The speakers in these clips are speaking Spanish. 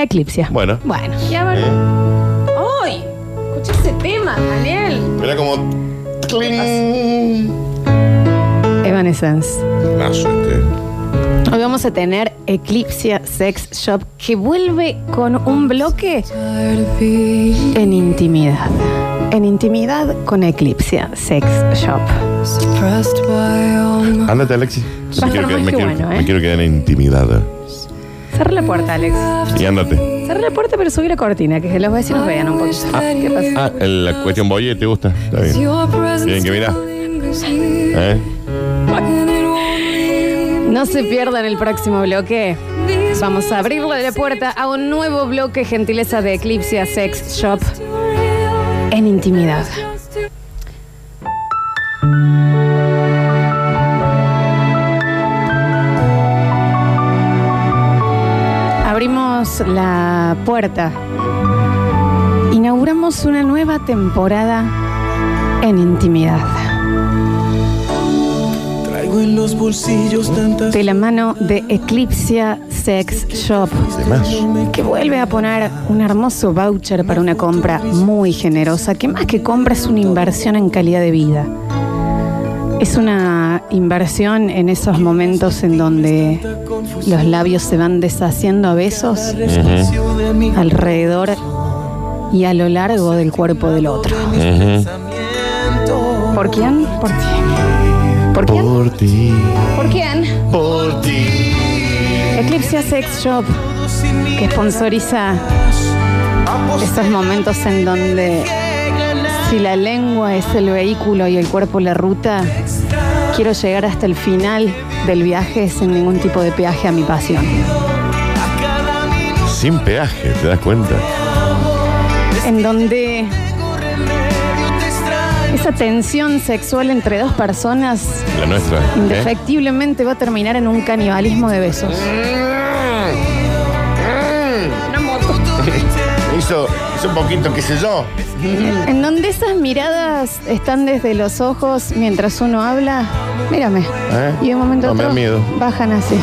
Eclipsia. Bueno. Bueno. Ya ver. ¿Eh? ¡Ay! Escucha ese tema, Daniel. Era como. Cling. Evanescence. Mazo este. Hoy vamos a tener Eclipsia Sex Shop que vuelve con un bloque en intimidad. En intimidad con Eclipsia Sex Shop. Ándate, Alexis. Va a estar quiero quedar- muy me, quiero, bueno, ¿eh? me quiero quedar en intimidad. Cerra la puerta, Alex. Y ándate. Cerra la puerta, pero subí la cortina, que los vecinos vean un poquito. ¿Qué pasa? Ah, el- la cuestión boye, ¿te gusta? Está bien. Bien, que mira. ¿Eh? No se pierdan el próximo bloque. Vamos a abrirle la puerta a un nuevo bloque gentileza de Eclipsia Sex Shop en intimidad. Abrimos la puerta. Inauguramos una nueva temporada en intimidad. Traigo en los bolsillos tantas de la mano de Eclipsia Sex Shop, Demás. que vuelve a poner un hermoso voucher para una compra muy generosa, que más que compra es una inversión en calidad de vida. Es una inversión en esos momentos en donde los labios se van deshaciendo a besos espacio de mi alrededor y a lo largo del cuerpo del otro. pensamiento. ¿Por quién? ¿Por ti? ¿Por quién? Por ti. ¿Por quién? Por ti. Eclipsia Sex Shop, que sponsoriza estos momentos en donde si la lengua es el vehículo y el cuerpo la ruta, quiero llegar hasta el final del viaje sin ningún tipo de peaje a mi pasión. Sin peaje, ¿te das cuenta? En donde esa tensión sexual entre dos personas La nuestra. ¿eh? indefectiblemente va a terminar en un canibalismo de besos. Hizo, hizo un poquito, qué sé yo. En donde esas miradas están desde los ojos mientras uno habla, mírame. ¿Eh? Y de un momento a No, me otro da miedo. bajan así.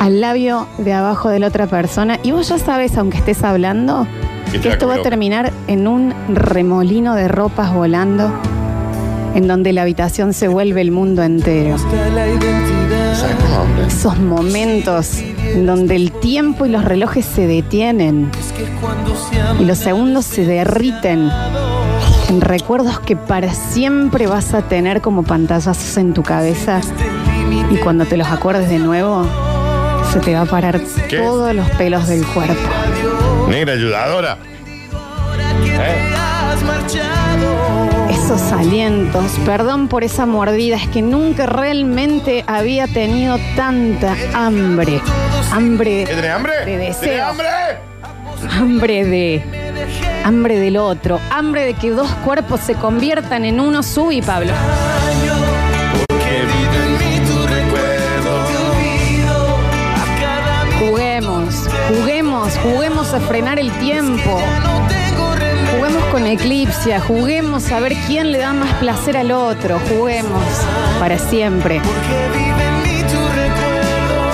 Al labio de abajo de la otra persona. Y vos ya sabes, aunque estés hablando, Que te que va a esto va a comer. terminar en un remolino de ropas volando, en donde la habitación se vuelve el mundo entero. ¿Sabes cómo, hombre? Esos momentos en donde el tiempo y los relojes se detienen y los segundos se derriten en recuerdos que para siempre vas a tener como pantallazos en tu cabeza y cuando te los acuerdes de nuevo se te va a parar ¿Qué? todos los pelos del cuerpo. Negra ayudadora. ¿Eh? Esos alientos, perdón por esa mordida, es que nunca realmente había tenido tanta hambre. Hambre. ¿Qué tenés hambre? De deseo. ¿Tenés hambre? hambre de hambre del otro, hambre de que dos cuerpos se conviertan en uno, subí Pablo. Juguemos, juguemos, juguemos a frenar el tiempo. Juguemos con eclipsia, juguemos a ver quién le da más placer al otro, juguemos para siempre.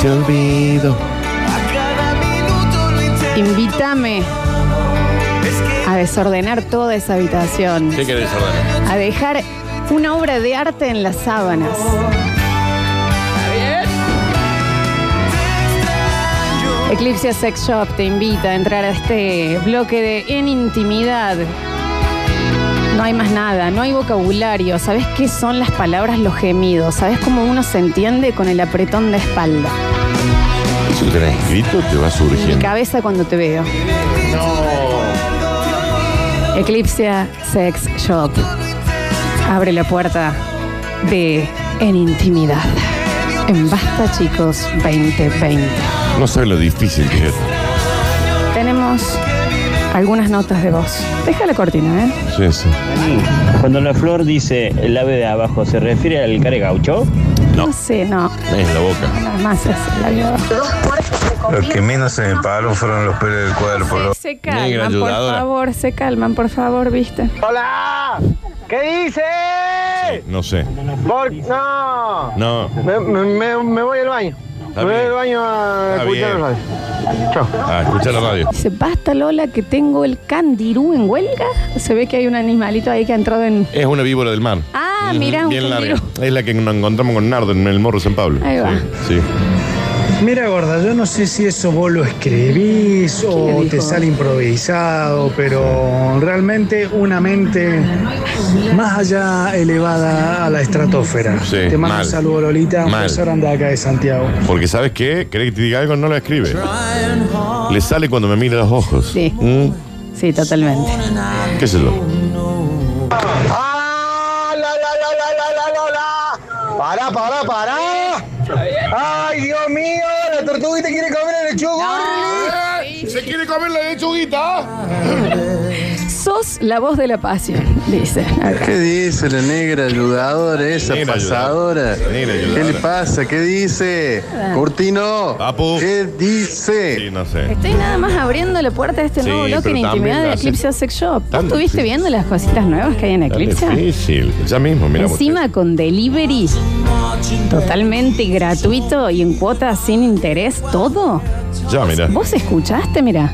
Te olvido. Invítame a desordenar toda esa habitación. ¿Qué querés ordenar? a dejar una obra de arte en las sábanas. Eclipse Sex Shop te invita a entrar a este bloque de En Intimidad. No hay más nada, no hay vocabulario. ¿Sabes qué son las palabras, los gemidos? ¿Sabes cómo uno se entiende con el apretón de espalda? Eso que tenés escrito te va Mi surgiendo. cabeza cuando te veo. Eclipsia Sex Shop. Abre la puerta de En Intimidad. En Basta Chicos 2020. No sabes lo difícil que es. Tenemos algunas notas de voz. Deja la cortina, ¿eh? Sí, sí. Cuando la flor dice el ave de abajo, ¿se refiere al care gaucho? No. sé, no. Es la boca. Nada más es la vida. Lo que menos se me paró fueron los pelos del cuerpo. lo- Se Negra calman, por ayudadora. favor, se calman, por favor, viste. ¡Hola! ¿Qué dice? No sé. Por- No, No. me, me- me- me voy al baño. Me voy al baño a Está escuchar bien. Ah, la radio. Chao. Ah, escucha la radio. Dice, basta Lola que tengo el candirú en huelga. Se ve que hay un animalito ahí que ha entrado en... Es una víbora del mar. Ah, Ujú, mirá, un Bien larga. candirú. Es la que nos encontramos con Nardo en el Morro San Pablo. Ahí va. Sí. sí. Mira, gorda, yo no sé si eso vos lo escribís ¿Quién o le te dijo? sale improvisado, pero realmente una mente más allá elevada a la estratosfera. Sí, te mando mal. un saludo, Lolita. Mal. Profesor anda acá de Santiago. Porque ¿sabes qué? ¿Querés que te diga algo? No lo escribe. Le sale cuando me mira los ojos. Sí. Mm, Sí, totalmente. ¿Qué sé yo? ¡Ah! ¡La, la, la, la, la, la, la, la! ¡Para, para, para! ¡Ay, Dios mío! ¡La tortuguita quiere comer el lechugo! ¿Se quiere comer la lechuguita? Sos la voz de la pasión, dice. Acá. ¿Qué dice la negra ayudadora esa Negra pasadora? ayudadora. Negra ayudadora. ¿Qué le pasa? ¿Qué dice? Ah. Cortino. Papu. ¿Qué dice? Sí, no sé. Estoy nada más abriendo la puerta de este Sí, nuevo bloque en pero también intimidad de la hace- Eclipse Sex Shop. ¿Vos Tan estuviste difícil. viendo las cositas nuevas que hay en Está Eclipse? difícil. eh. Ya mismo, miramos. Encima con delivery totalmente gratuito y en cuotas sin interés, todo. Ya, mira. ¿Vos escuchaste? Mira.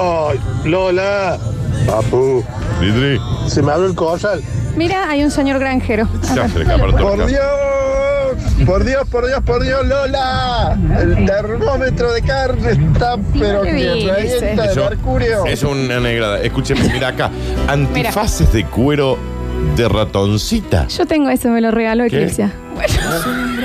¡Ay, Lola! Papu, Litri. se me abre el collar. Mira, hay un señor granjero. Ya se le escaparon todos ¡Por los Dios! Por Dios, por Dios, por Dios, Lola. El termómetro de carne está, pero ¿qué que dice? revienta de Eso mercurio. Es una negrada. Escúcheme, mira acá. Antifaces de cuero de ratoncita. Yo tengo eso, me lo regaló ¿Qué? Eclipse. Bueno,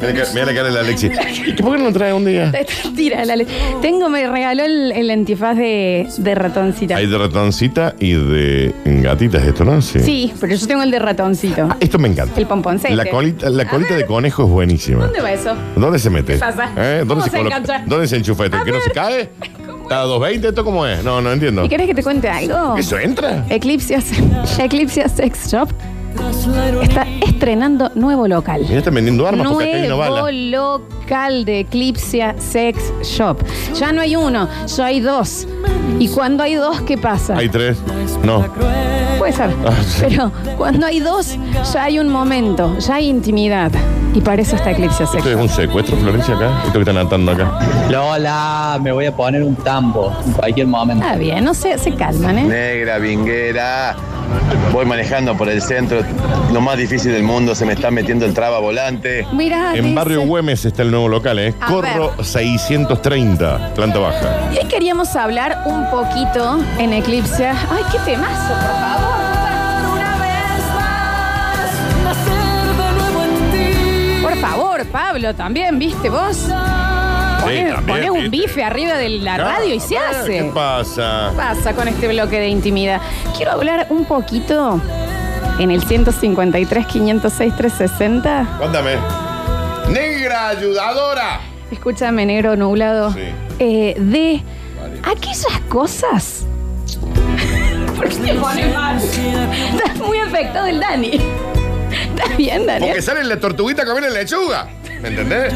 Mira la, ca- mira la cara de la Alexis. ¿Y qué- por qué no trae un día? tira la leche. Tengo, me regaló el, el antifaz de, de ratoncita. Hay de ratoncita y de gatitas, esto, ¿no? Sí. Sí, pero yo tengo el de ratoncito. Este. Ah, esto me encanta. El pomponcete. La colita, la A colita ver. de conejo es buenísima. ¿Dónde va eso? ¿Dónde se mete? ¿Qué pasa? ¿Eh? ¿Dónde, ¿Cómo se se coloca? engancha? ¿Dónde se enchufa esto? A ¿Que no ver. se cae? ¿Está a 220 esto cómo es? No, no entiendo. ¿Y querés que te cuente algo? ¿Eso entra? Eclipse, Eclipse Sex Shop está estrenando nuevo local. Mira, están vendiendo armas porque acá hay una Nuevo bala. local de Eclipse Sex Shop. Ya no hay uno, ya hay dos. Y cuando hay dos, ¿qué pasa? Hay tres. No. Puede ser. Ah, sí. Pero cuando hay dos, ya hay un momento, ya hay intimidad. Y para eso está Eclipse Sex ¿Esto es Shop. un secuestro, Florencia, acá? Esto que están atando acá. Lola, me voy a poner un tambo en cualquier momento. Está bien, no sé, se calman, Ah, ¿eh? Negra, vinguera. Voy manejando por el centro, lo más difícil del mundo, se me está metiendo el traba volante. Mira, En Barrio Güemes está el nuevo local, ¿eh? A Corro 630, planta baja. Y hoy queríamos hablar un poquito en Eclipse. Ay, qué temazo, por favor. Por favor, Pablo, también, ¿viste vos? Ponés, también, ponés un ¿viste? bife arriba de la radio y se Ah, hace. ¿Qué pasa? pasa con este bloque de intimidad? Quiero hablar un poquito en el 153 506 360. Cuéntame. ¡Negra ayudadora! Escúchame, negro nublado. Sí. Eh, de aquellas cosas. ¿Por qué te pones mal? Estás muy afectado el Dani. ¿Estás bien, Dani? Porque sale la tortuguita a comer la lechuga. ¿Me entendés?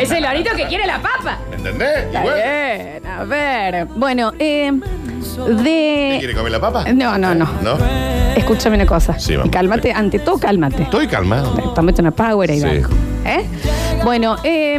Es el orito que quiere la papa. ¿Me entendés? Y Está bueno, bien, a ver. Bueno, eh, ¿qué de. quiere comer la papa? No, no, no. ¿No? Escúchame una cosa. Sí, vamos. Y cálmate, ante todo, cálmate. Estoy calmado. Tómate una power y Sí. banco. ¿Eh? Bueno, eh,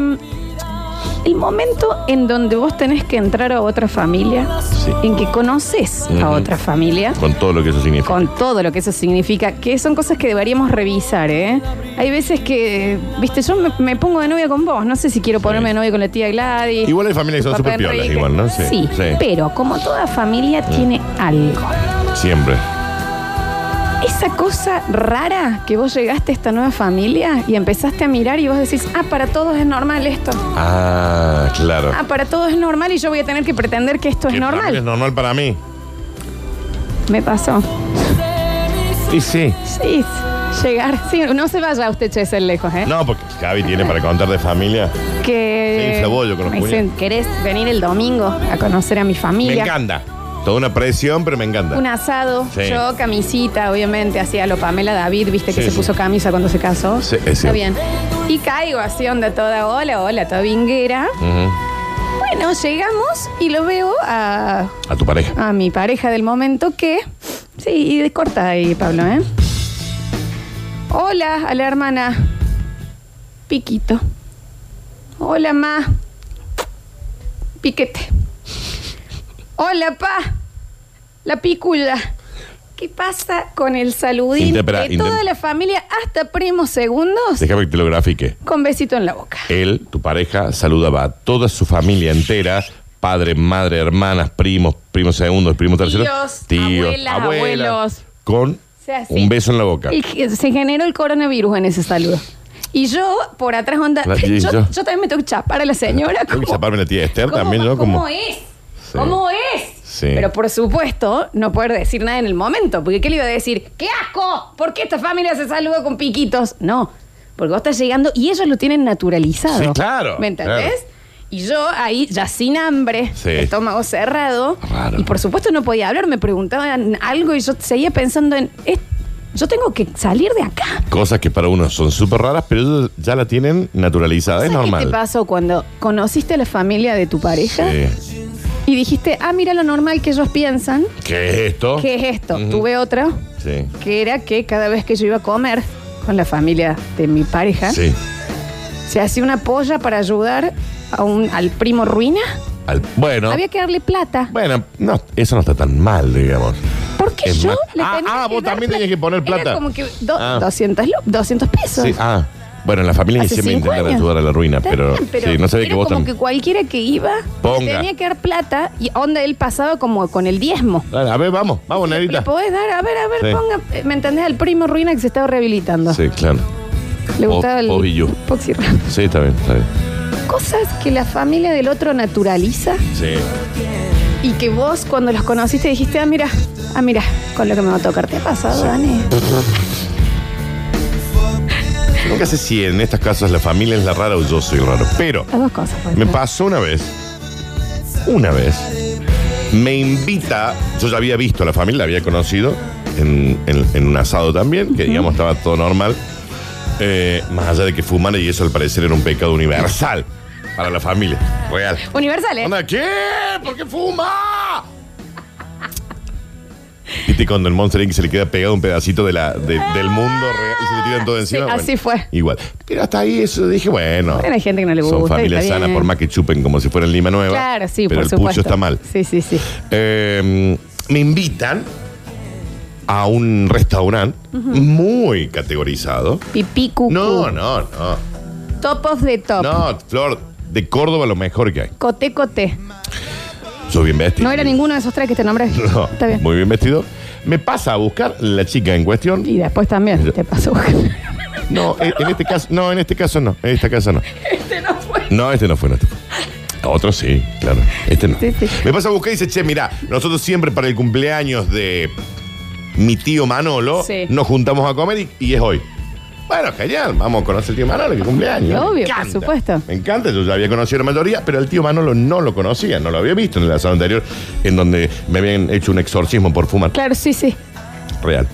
el momento en donde vos tenés que entrar a otra familia, Sí. en que conoces a Ujú. otra familia, Con todo lo que eso significa. con todo lo que eso significa, que son cosas que deberíamos revisar, ¿eh? Hay veces que, viste, yo me, me pongo de novia con vos, no sé si quiero ponerme de novia con la tía Gladys. Igual hay familias que son papá súper piolas, Enrique. igual, ¿no? Sí, Sí, sí. pero como toda familia tiene algo. Siempre. Esa cosa rara que vos llegaste a esta nueva familia y empezaste a mirar y vos decís, ah, para todos es normal esto. Ah, claro. Ah, para todos es normal y yo voy a tener que pretender que esto es Que para mí Es normal. normal para mí. Me pasó. Y sí. Sí, llegar. Sí, no se vaya usted, Chesel, lejos, ¿eh? No, porque Gaby tiene para contar de familia. Que. Se infla bollo con los me dicen, ¿querés venir el domingo a conocer a mi Me familia? encanta. Toda una presión, pero me encanta. Un asado, Sí. yo camisita, obviamente, hacía lo Pamela David, viste que Sí, se sí. puso camisa cuando se casó. Sí, es cierto. Está bien. Y caigo así, onda toda, hola, hola, toda vinguera. Ujú. Bueno, llegamos y lo veo a, A tu pareja. a mi pareja del momento que. Sí, y de- corta ahí, Pablo, ¿eh? Hola a la hermana. Piquito. Hola, ma. Piquete. Hola, pa. La pícula. ¿Qué pasa con el saludín Interpra- de toda inter- la familia hasta primos segundos? Déjame que te lo grafique. Con besito en la boca. Él, tu pareja, saludaba a toda su familia entera, padre, madre, hermanas, primos, primos segundos, primos terceros, Tíos, tíos, abuelas, abuelas, abuelos. con O sea, sí. un beso en la boca. Y que se generó el coronavirus en ese saludo. Y yo, por atrás, onda, La- yo, y yo- yo también me tengo que chapar a la señora. Tengo que ¿cómo- chaparme la tía Esther ¿Cómo, también, ¿no? ¿cómo Como, es? ¿Cómo es? Sí. Pero por supuesto, no poder decir nada en el momento, porque ¿qué le iba a decir? ¡Qué asco! ¿Por qué esta familia se saluda con piquitos? No, porque vos estás llegando y ellos lo tienen naturalizado. Sí, claro, ¿Me entendés? claro. Y yo ahí, ya sin hambre, Sí. estómago cerrado, y por supuesto no podía hablar, me preguntaban algo y yo seguía pensando en, "Es- yo tengo que salir de acá. Cosas que para unos son súper raras, pero ellos ya la tienen naturalizada, es ¿Qué te normal. pasó cuando conociste a la familia de tu pareja Sí. y dijiste, ah, mira lo normal que ellos piensan? ¿Qué es esto? ¿Qué es esto? Ujú. Tuve otra, Sí. que era que cada vez que yo iba a comer con la familia de mi pareja, Sí. se hacía una polla para ayudar a un, al primo ruina. Al- bueno, Había que darle plata. bueno, no, eso no está tan mal, digamos. ¿Por qué Es yo más- le Ah, tenía ah, que vos dar también tenías que poner Era plata. como que do- Ah. 200, lo- 200 pesos. Sí, ah. Bueno, en la familia Hace siempre cinco intentan años. ayudar a la ruina, Está pero, bien, pero sí, no sabía era que vos como también. que cualquiera que iba Ponga. tenía que dar plata y onda él pasaba como con el diezmo. Dale, a ver, vamos, vamos, Le Nerita. podés dar, a ver, a ver, Sí. ponga, eh, ¿me entendés? Al primo ruina que se estaba rehabilitando. Sí, claro. Le O- gustaba el ovillo. Poxy Rub. Sí, está bien, está bien. Cosas que la familia del otro naturaliza Sí. y que vos cuando los conociste dijiste, ah, mira, ah, mira, con lo que me va a tocar. ¿Te ha pasado, Dani? Nunca sé si en estas casas la familia es la rara o yo soy raro. Pero Las dos cosas. pues. me pasó una vez, una vez, me invita, yo ya había visto a la familia, la había conocido en, en- en un asado también, que digamos estaba todo normal. Eh, más allá de que fumar y eso al parecer era un pecado universal para la familia, real. Universal, ¿eh? Onda, ¿Qué? ¿Por qué fuma? ¿Viste cuando el Monster Inc. se le queda pegado un pedacito de la, de- del mundo real y se le tiran todo encima? Bueno, Así fue. Igual. Pero hasta ahí eso dije, bueno. Bueno, hay gente que no le Son gusta, familias está sanas, bien. por más que chupen como si fueran Lima Nueva. Claro, sí, pero por el supuesto. pucho está mal. Sí, sí, sí. Eh, me invitan a un restaurante muy categorizado. Pipí, cucú. No, no, no. Top of the top. No, Flor, de Córdoba lo mejor que hay. Coté, coté. Soy bien vestido. No era ninguno de esos tres que te nombré. No, Está bien. Muy bien vestido. Me pasa a buscar la chica en cuestión. Y después también te pasó. No, en, en este caso, no, en este caso no, en esta casa no. este no fue. No, este no fue, no, este fue. Otro sí, claro. Este no. Sí, sí. Me pasa a buscar y dice, che, mirá, nosotros siempre para el cumpleaños de mi tío Manolo Sí. nos juntamos a comer y, y es hoy. Bueno, genial, vamos a conocer al tío Manolo, que cumpleaños. Me Obvio, por encanta. supuesto. Me encanta, yo ya había conocido la mayoría, pero al tío Manolo no lo conocía, no lo había visto en el asado anterior, en donde me habían hecho un exorcismo por fumar. Claro, sí, sí. Real.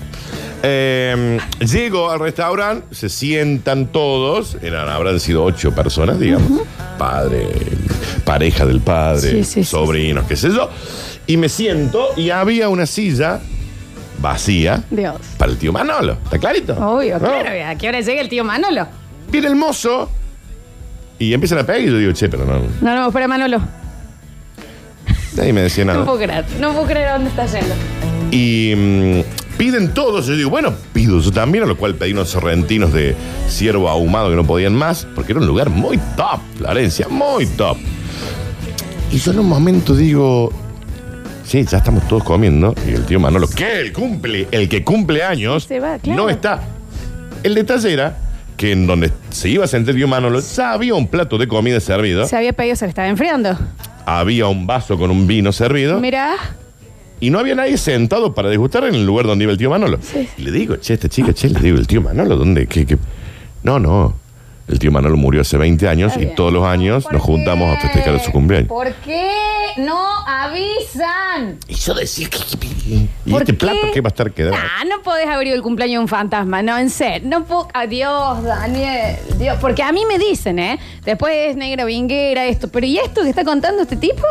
Eh, llego al restaurante, se sientan todos, eran, habrán sido ocho personas, digamos. Padre, pareja del padre, Sí, sí, sí, sobrinos, qué sé yo. Y me siento y había una silla vacía Dios. para el tío Manolo. ¿Está clarito? Obvio, ¿No? claro. ¿A qué hora llega el tío Manolo? Viene el mozo y empiezan a pegar y yo digo, che, pero no. No, no, espera, Manolo. Nadie me decía No, nada. puedo creer. No puedo creer a dónde está yendo. Y mm, piden todos. Yo digo, bueno, pido yo también, a lo cual pedí unos sorrentinos de ciervo ahumado que no podían más, porque era un lugar muy top, Florencia, muy top. Y yo en un momento digo, sí, ya estamos todos comiendo. Y el tío Manolo, ¿qué? El cumple, el que cumple años Se va, claro. no está. El detalle era que en donde se iba a sentar el tío Manolo, ya había un plato de comida servido, Se había pedido, se le estaba enfriando. había un vaso con un vino servido. Mira, Y no había nadie sentado para disgustar en el lugar donde iba el tío Manolo. Sí. Y le digo, che, esta chica, che, le digo, el tío Manolo, ¿dónde? ¿Qué, qué? No, no. El tío Manolo murió hace 20 años Está y bien. todos los años nos juntamos a festejar su cumpleaños. ¿por qué no avisan? Y yo decía, ¿qué, qué, qué? y ¿Por este qué? plato qué va a estar quedando? Ah, no podés haber ido el cumpleaños de un fantasma, no, en serio. No puedo. Adiós, Daniel. Dios. Porque a mí me dicen, ¿eh? Después es negra vinguera, esto. Pero ¿y esto que está contando este tipo?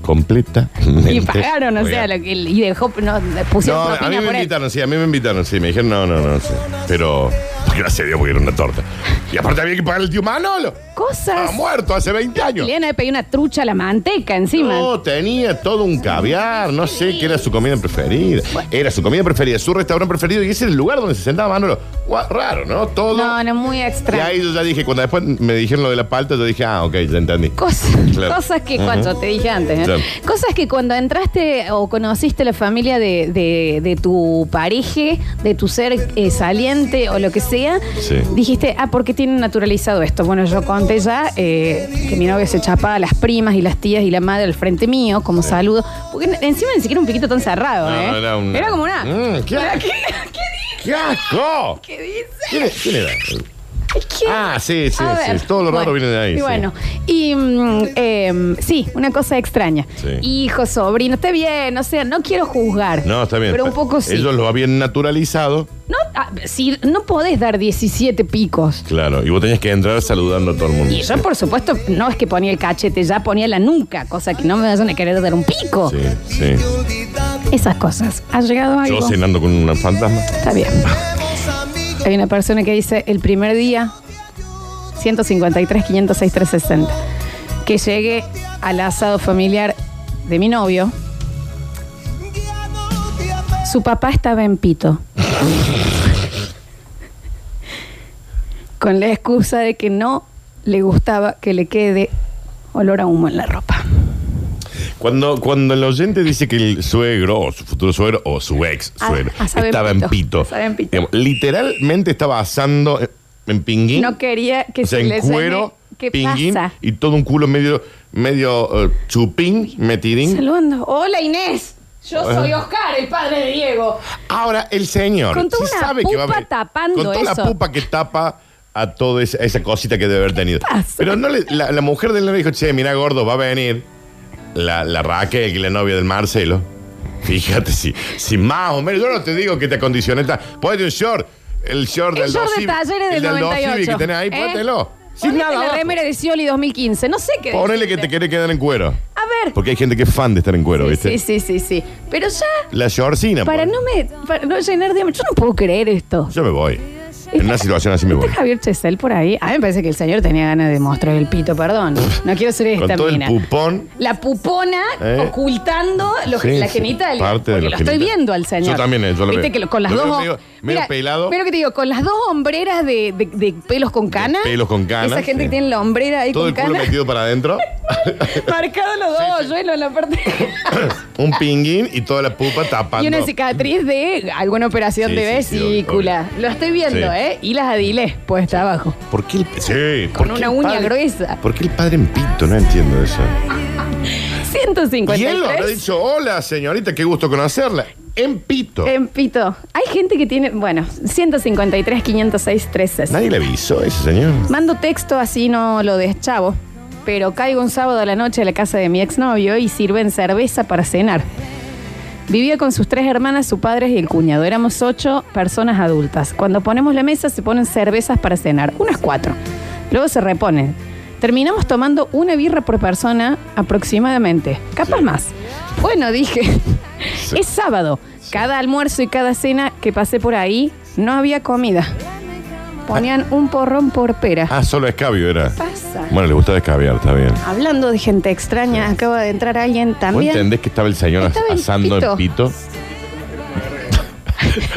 Completa. Y pagaron, o sea, lo que, y dejó, no, pusieron No, a mí propina me por él. invitaron, sí, a mí me invitaron, sí. Me dijeron, no, no, no, sí. Pero, gracias a Dios, porque era una torta. Y aparte había que pagar el tío Manolo. Cosas. Ha muerto hace 20 años. Elena le pedí una trucha a la manteca encima. No, tenía todo un caviar, no sé qué era su comida preferida. Era su comida preferida, su restaurante preferido y ese era el lugar donde se sentaba Manolo. Gua- Raro, ¿no? Todo. No, no, muy Y extraño. ahí yo ya dije, cuando después me dijeron lo de la palta, yo dije, ah, ok, ya entendí. Cosas, Claro. cosas que Ujú. cuando te dije antes, ¿eh? Claro. cosas que cuando entraste o conociste la familia de, de- de tu pareja, de tu ser eh, saliente o lo que sea, Sí. dijiste, ah, ¿por qué tienen naturalizado esto? Bueno, yo conté ya eh, que mi novio se chapaba a las primas y las tías y la madre al frente mío como saludo, porque n- encima ni siquiera un piquito tan cerrado, No, ¿eh? era una- como una... Mm, ¿qué- Era que- ¡Qué asco! ¿Qué dice? ¿Quién, es- quién era? Ah, sí, sí, A sí. ver. Todo lo raro Bueno, viene de ahí. Y sí. bueno, y mm, em, sí, una cosa extraña. Sí. Hijo, sobrino, está bien, o sea, no quiero juzgar. No, está bien. Pero un poco sí. Ellos lo habían naturalizado. No, ah, sí, no podés dar 17 picos. Claro, y vos tenías que entrar saludando a todo el mundo. Y yo, por supuesto, no es que ponía el cachete, ya ponía la nuca, cosa que no me vayan a querer dar un pico. Sí, sí. Esas cosas. ¿Ha llegado algo? Yo cenando con un fantasma. Está bien. Hay una persona que dice el primer día 153 506 360 que llegue al asado familiar de mi novio. Su papá estaba en pito. Con la excusa de que no le gustaba que le quede olor a humo en la ropa. Cuando, cuando el oyente dice que el suegro, o su futuro suegro, o su ex suegro, Ah, asaba en estaba pito, en pito. asaba en pito. Digamos, literalmente estaba asando en- en pinguín. No quería que o sea, se le en llene- cuero, ¿Qué pinguín pasa? y todo un culo medio, medio eh, chupín, metidín. Saludando. Hola Inés. Yo Hola. soy Oscar, el padre de Diego. Ahora, el señor Con toda sí una sabe que va a pupa ver- tapando Con toda eso. la pupa que tapa a toda esa, esa cosita que debe haber tenido. Pero no le- la, la mujer del novio dijo, che, mira gordo, va a venir la, la Raquel, que es la novia del Marcelo. Fíjate si, si más o menos, yo no te digo que te acondicioné. ta- Ponete un short, el short El del short de Dosivi, talleres el del del Dosivi 98. que tenés ahí, ¿eh? póntelo. Sin Ponete nada la abajo. remera de Scioli 2015. No sé qué. Ponele que decirte. te querés quedar en cuero. A ver. Porque hay gente que es fan de estar en cuero, ¿viste? Sí, sí, sí, sí. Pero ya, La shortcina. para ponele. no, me, para no llenar de... Yo no puedo creer esto. Yo me voy. En una situación así me voy. ¿Está Javier Chesel por ahí? A mí me parece que el señor tenía ganas de mostrar el pito, perdón. No quiero ser Con esta todo el mina. pupón. La pupona Eh. ocultando los, Sí, la sí, genitalia. parte de los porque lo estoy genitales. viendo al señor. Yo también, eh, yo lo Viste veo. que lo- con las Lo dos. veo medio- medio pelado. Pero que te digo, con las dos hombreras de, de- de pelos con cana. pelos con cana, Esa gente sí. que tiene la hombrera ahí Todo el con culo cana. metido para adentro. Marcado los dos hoyuelos en la parte. un pinguín y toda la pupa tapando. Y una cicatriz de alguna operación Sí, sí, de sí, obvio, vesícula. Lo estoy viendo, Sí. ¿eh? Y las adilé puesta abajo. ¿Por qué el sí, ¿por Con qué una el uña padre- gruesa. ¿Por qué el padre en pito? No entiendo eso. Y él lo habrá 153. dicho, hola señorita, qué gusto conocerla. En pito. En pito. Hay gente que tiene. Bueno, 153, 506, 360. Nadie le avisó a ese señor. Mando texto así no lo deschavo, pero caigo un sábado a la noche a la casa de mi exnovio y sirven cerveza para cenar. Vivía con sus tres hermanas, su padre y el cuñado. Éramos ocho personas adultas. Cuando ponemos la mesa se ponen cervezas para cenar, unas cuatro. Luego se reponen. Terminamos tomando una birra por persona aproximadamente, capaz más. Bueno, dije, es sábado. Cada almuerzo y cada cena que pasé por ahí no había comida. Ponían Ah. un porrón por pera. Ah, solo escabio era. pasa? Bueno, le gustaba escabiar, está bien. Hablando de gente extraña, acaba de entrar alguien ¿Vos también. entendés que estaba el señor Estaba en asando en pito?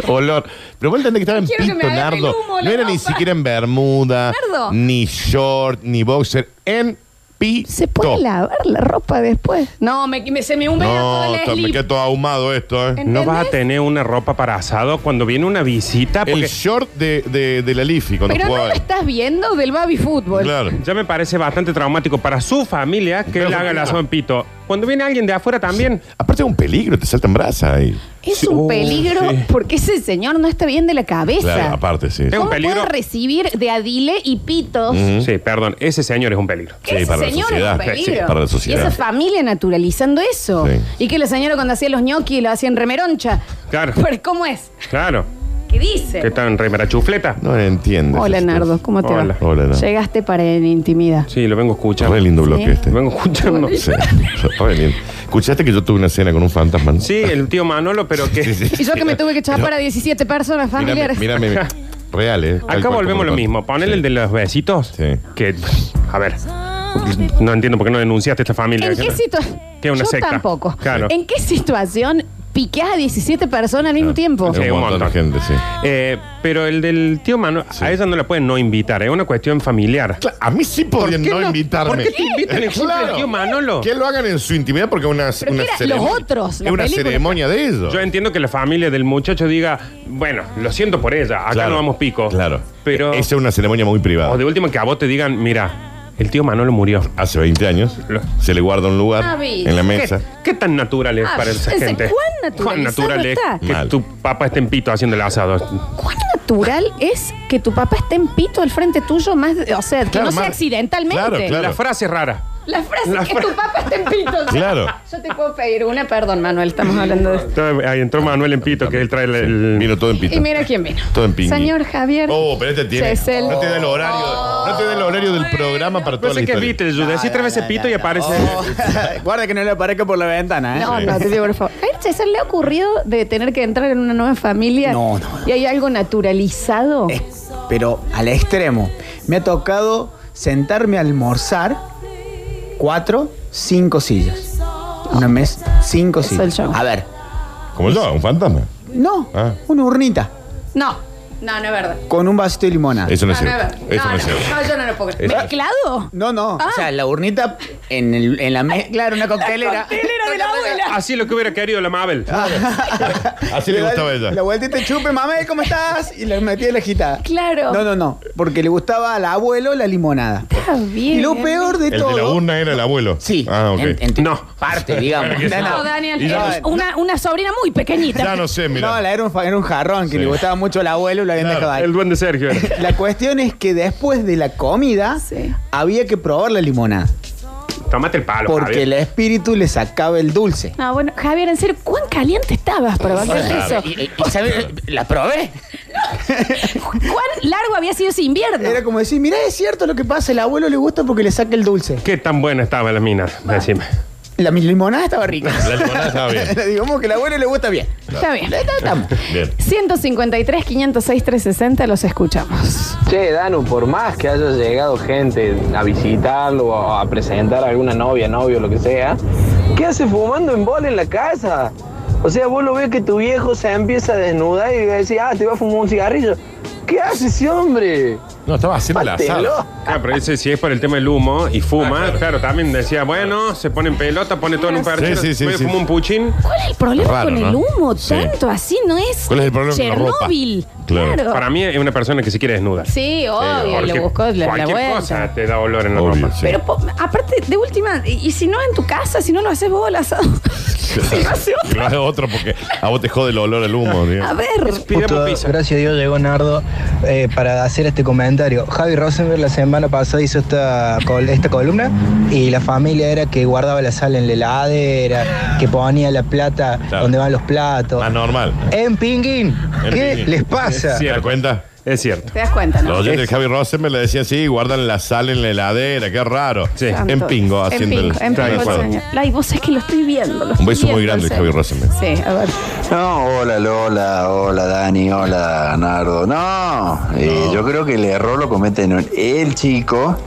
Olor. Pero vos entendés que estaba en Quiero que me pito, agarre el Nardo. humo, la No era ni ropa. siquiera en bermuda, Nardo. ni short, ni boxer. En pito. Se ¿Puedes lavar la ropa después? No, me, me- se me humea todo No, el slip. todo ahumado esto, ¿eh? No vas a tener una ropa para asado cuando viene una visita. El short de, la Lifi cuando Pero no lo estás viendo del baby fútbol. Ya me parece bastante traumático para su familia que él haga el asado en pito. Cuando viene alguien de afuera también. Aparte es un peligro, te saltan brasas ahí. Es un peligro porque ese señor no está bien de la cabeza. Uh, Claro, aparte, sí. Es un ¿Cómo peligro. puede recibir de Adile y Pitos? Sí, perdón, ese señor es un peligro. Ese señor es un peligro. Sí, Y esa familia naturalizando eso. Y que la señora cuando hacía los ñoquis lo hacía en remeroncha. Claro, Pero, ¿Cómo es? claro. ¿Qué dice? Que están en remera chufleta. No le entiendes. Hola, Nardo, ¿cómo te Hola. va? Hola, Nardo. Llegaste para en intimidad. Sí, lo vengo escuchando. Re lindo bloque Sí. este. Vengo escuchando. Sí, re lindo. ¿Escuchaste que yo tuve una cena con un fantasma? no? Sí, el tío Manolo, pero que. Y yo que me tuve que echar para 17 personas Mírame, familiares. mírame, mírame. real, ¿eh? Tal Acá cual volvemos como lo lo mismo. Ponele el de los besitos. Sí. Que, a ver, no entiendo por qué no denunciaste a esta familia. ¿En qué situación? Que es una Yo secta. tampoco. Claro. ¿En qué situación piqueás a 17 personas al mismo tiempo? Sí, un montón. de gente, sí. Eh, pero el del tío Manuel, a ella no la pueden no invitar, es una cuestión familiar. A mí sí podrían qué no, no? invitarme. ¿Por qué te invitan el cumple del tío Manolo? Que lo hagan en su intimidad porque es una, Pero una que era ceremonia. los otros, la es una película. ceremonia de ellos. Yo entiendo que la familia del muchacho diga, bueno, lo siento por ella, acá Claro, no vamos pico. Claro. E-, Pero, Esa es una ceremonia muy o privada. de última que a vos te digan, mira, el tío Manolo murió. Hace 20 años se le guarda un lugar Ah, vi. en la ¿Qué- mesa. ¿Qué, tan natural es Ah, para esa ese- gente? ¿cuán naturalizado natural es está? que Mal. tu papá esté en pito haciendo el asado? ¿Cuán natural es que tu papá esté en pito al frente tuyo? Más, de- o sea, que Claro, no sea más- accidentalmente. La frase es rara. La frase La que fra- tu papá esté en pito. o sea, Claro. Yo te puedo pedir una, perdón, Manuel, estamos hablando de esto. Entonces, Ahí entró Manuel en pito, que él trae el... el- Vino todo en pito. Y mira quién vino. Todo en pingui. Señor Javier. Oh, pero este tiene. Chesel. No te da el horario. No te da el horario del programa para toda la Parece que es historia. Beatles, yo decís tres veces pito y aparece... Guarda Oh. que no le aparezca por la ventana, ¿eh? No, no, te digo, por favor. ¿A él Chesel le ha ocurrido de tener que entrar en una nueva familia? No, Eh, no, ¿Y hay algo naturalizado? Pero al extremo. Me ha tocado sentarme a almorzar cuatro, cinco sillas. Una mesa, cinco sillas. A ver. ¿Cómo yo? ¿Un fantasma? Ah. No, una urnita No, no, no es verdad. con un vasito de limonada. Eso No, no es verdad. No, no, no, yo no lo puedo creer. Eso- ¿Mezclado? No, no. O sea, la urnita en, el- en la mesa. Claro, una coctelera. de la abuela. Así lo que hubiera querido la Mabel. Así le da gustaba a el- ella. La vueltita y chupe, mamá, ¿cómo estás? Y la metí en la gita. Claro. No, no, no. Porque le gustaba al abuelo la limonada. Está bien. Y lo peor de El de la todo. urna era el abuelo. Sí. Ah, ok. No. Parte, digamos. Claro que sí. No, eh, no. No, Daniel, eh. Y ya- eres una, una sobrina muy pequeñita. Ya no sé, mira. No, la era un, fa- era un jarrón que Sí. le gustaba mucho al abuelo y lo habían Claro, dejado ahí. El duende Sergio. era. La cuestión es que después de la comida había que probar la limonada. Tómate el Ah, palo. Porque el espíritu le sacaba el dulce. No, Ah, bueno, Javier, en serio, ¿cuán caliente estabas para bancar eso? eh, La probé. ¿Cuán largo había sido ese invierno? Era como decir, mirá, es cierto lo que pasa, el abuelo le gusta porque le saca el dulce. ¿Qué tan buena estaba las minas? Decime. La mi- limonada estaba rica. La limonada estaba bien. Le digamos que el abuelo le gusta bien. Está bien. Estamos. Bien. 153, 506, 360, los escuchamos. Che, Danu, por más que haya llegado gente a visitarlo o a presentar a alguna novia, novio, lo que sea, ¿qué hace fumando en bola en la casa? O sea, vos lo ves que tu viejo se empieza a desnudar y va a decir, ah, te va a fumar un cigarrillo. ¿Qué hace ese hombre? No, estaba haciendo la Pátelo. sala. Claro, pero dice, si es por el tema del humo y Ah, fuma, claro. también decía, bueno, se pone en pelota, pone todo en un parche, Sí, sí, sí, después sí. fuma un puchín. ¿Cuál es el problema Raro, con el ¿no? humo? Sí. Tanto así no es. ¿Cuál es el problema con la ropa? Chernóbil. Claro. Claro. Para mí es una persona que se quiere desnudar. Sí, obvio, Porque le buscó la, la cualquier vuelta. cosa te da olor en la Obvio, ropa. sí. Pero po- aparte, de última, y, y si no en tu casa, si no lo haces vos, el asado. si lo hace otro. Que lo haga otro porque a vos te jode el olor al humo. tío. A ver. Justo, gracias a Dios llegó Nardo eh, para hacer este comentario. Javi Rosenberg la semana pasada hizo esta, col- esta columna y la familia era que guardaba la sal en la heladera, que ponía la plata donde van los platos. Más normal. En Pinguín, En ¿qué fin. les pasa? ¿Te das cuenta? Es cierto. Te das cuenta, Los ¿no? oyentes de Javi Rosenberg le decían, sí, guardan la sal en la heladera, qué raro. Santo. En pingo haciendo en pingo, el... en pingo, Tal el cual. señor. Ay, vos sabés que lo estoy viendo. Un beso muy grande, Javi Rosenberg. Rosenberg. Sí, a ver. No, hola Lola, hola Dani, hola Nardo. No, eh, yo creo que el error lo cometen el chico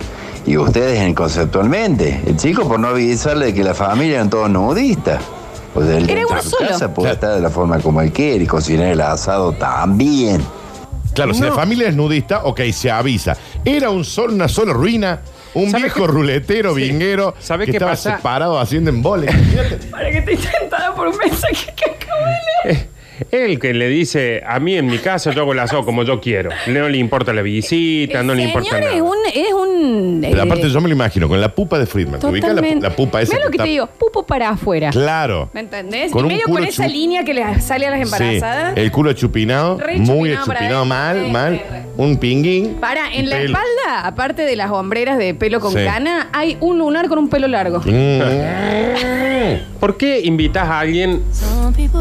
y ustedes en- conceptualmente. El chico por no avisarle que la familia eran todos nudistas. O sea, él Era dentro uno de su solo. casa puede estar de la forma como él quiere y cocinar el asado también. Claro, si la familia es nudista, ok, se avisa. Era un sol, una sola ruina, un viejo ruletero, vinguero, ¿Sabe que qué estaba pasa? separado haciendo embole. Para que te intentara por un mensaje que acabo de Él que le dice, a mí en mi casa yo hago el asado como yo quiero. No le importa la visita, no le importa Señor, nada. es un. Es un Pero eh, aparte yo me lo imagino, con la pupa de Friedman. ¿Te ubicas la, pu- totalmente. la pupa esa? Mirá lo que está- te digo, pupo para afuera. Claro. ¿Me entendés? Con y un medio con culo esa chu- línea que le sale a las Sí, embarazadas. el culo chupinado, Re muy chupinado para chupinado, adentro. mal, Sí, mal. sí, re. Un pinguín. Para, en la Pelo. espalda, aparte de las hombreras de pelo con Sí. cana, hay un lunar con un pelo largo. Mm. ¿Por qué invitas a alguien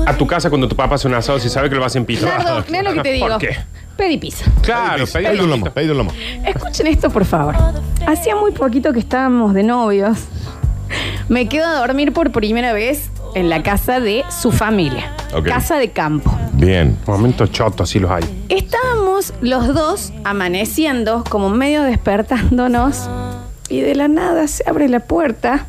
a tu casa cuando tu papá hace un asado si sabe que lo vas en pito? Nardo, mira lo que te digo. ¿Por qué? Pedí pizza. Claro, pedí pedí un lomo, pedí un lomo. Escuchen esto, por favor. Hacía muy poquito que estábamos de novios. Me quedo a dormir por primera vez en la casa de su familia. Ok. Casa de campo. Bien. Momentos chotos, sí los hay. Estábamos los dos amaneciendo, como medio despertándonos, y de la nada se abre la puerta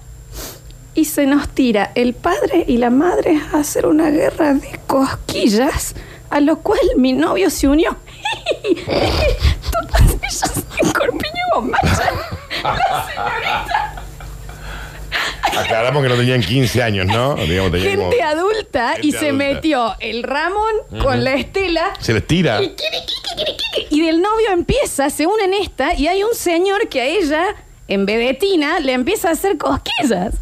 y se nos tira el padre y la madre a hacer una guerra de cosquillas, a lo cual mi novio se unió. Tú pasillos en corpiño bombacha. La señorita, Aclaramos que no tenían 15 años, ¿no? Digamos, tenían como- gente adulta, y Gente se adulta. metió el Ramón con Ujú. la Estela. Se les tira. Y quiere, quiere, quiere, quiere. Y del novio empieza, se unen esta, y hay un señor que a ella, en vedetina, le empieza a hacer cosquillas.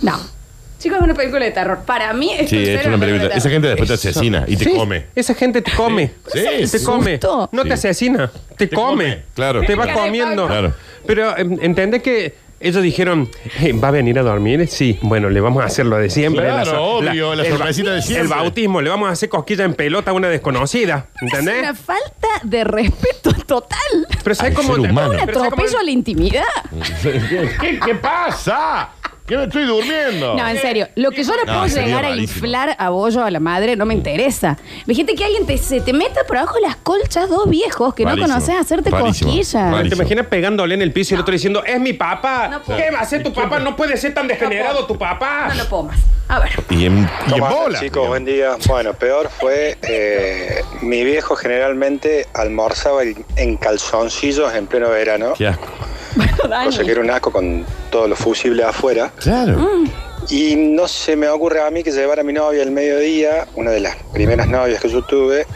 No. Chicos, es una película de terror. Para mí esto Sí, es es una película. Esa gente después te Eso. asesina y te Sí, come. Esa gente te come. Sí, Te sí. come. No te asesina. Te, come. Claro. Te va Cara de comiendo. Paco. Claro. Pero em, entendés que ellos dijeron, "Eh, ¿va a venir a dormir? Sí. Bueno, le vamos a hacer lo de siempre. Claro, so- obvio, la el ba- sorpresita de siempre. El bautismo. Le vamos a hacer cosquilla en pelota a una desconocida. Es ¿Entendés? una falta de respeto total. Pero ¿sabés Al cómo- ser Es humano. un Pero ¿sabés cómo- atropello a la intimidad. ¿Qué, qué pasa? ¿Qué me estoy durmiendo? No, en serio. Lo que yo no, No, puedo sería llegar a rarísimo. inflar a bollo a la madre no me interesa. Fíjate que alguien te, se te meta por abajo las colchas dos viejos que no Rarísimo. conoces a hacerte Rarísimo. cosquillas. ¿Te imaginas pegándole en el piso y el otro diciendo, es mi papá? ¿Qué va a hacer tu papá? No puede ser tan degenerado tu papá. No lo puedo más. A ver. Y en, y en ¿Cómo andan, bola. chicos? Buen día. Bueno, peor fue. eh, mi viejo generalmente almorzaba en en calzoncillos en pleno verano. Qué asco. Cosa que era un asco con todos los fusibles afuera. Claro. Mm. Y no se me ocurre a mí que llevar a mi novia al mediodía, una de las primeras novias que yo tuve.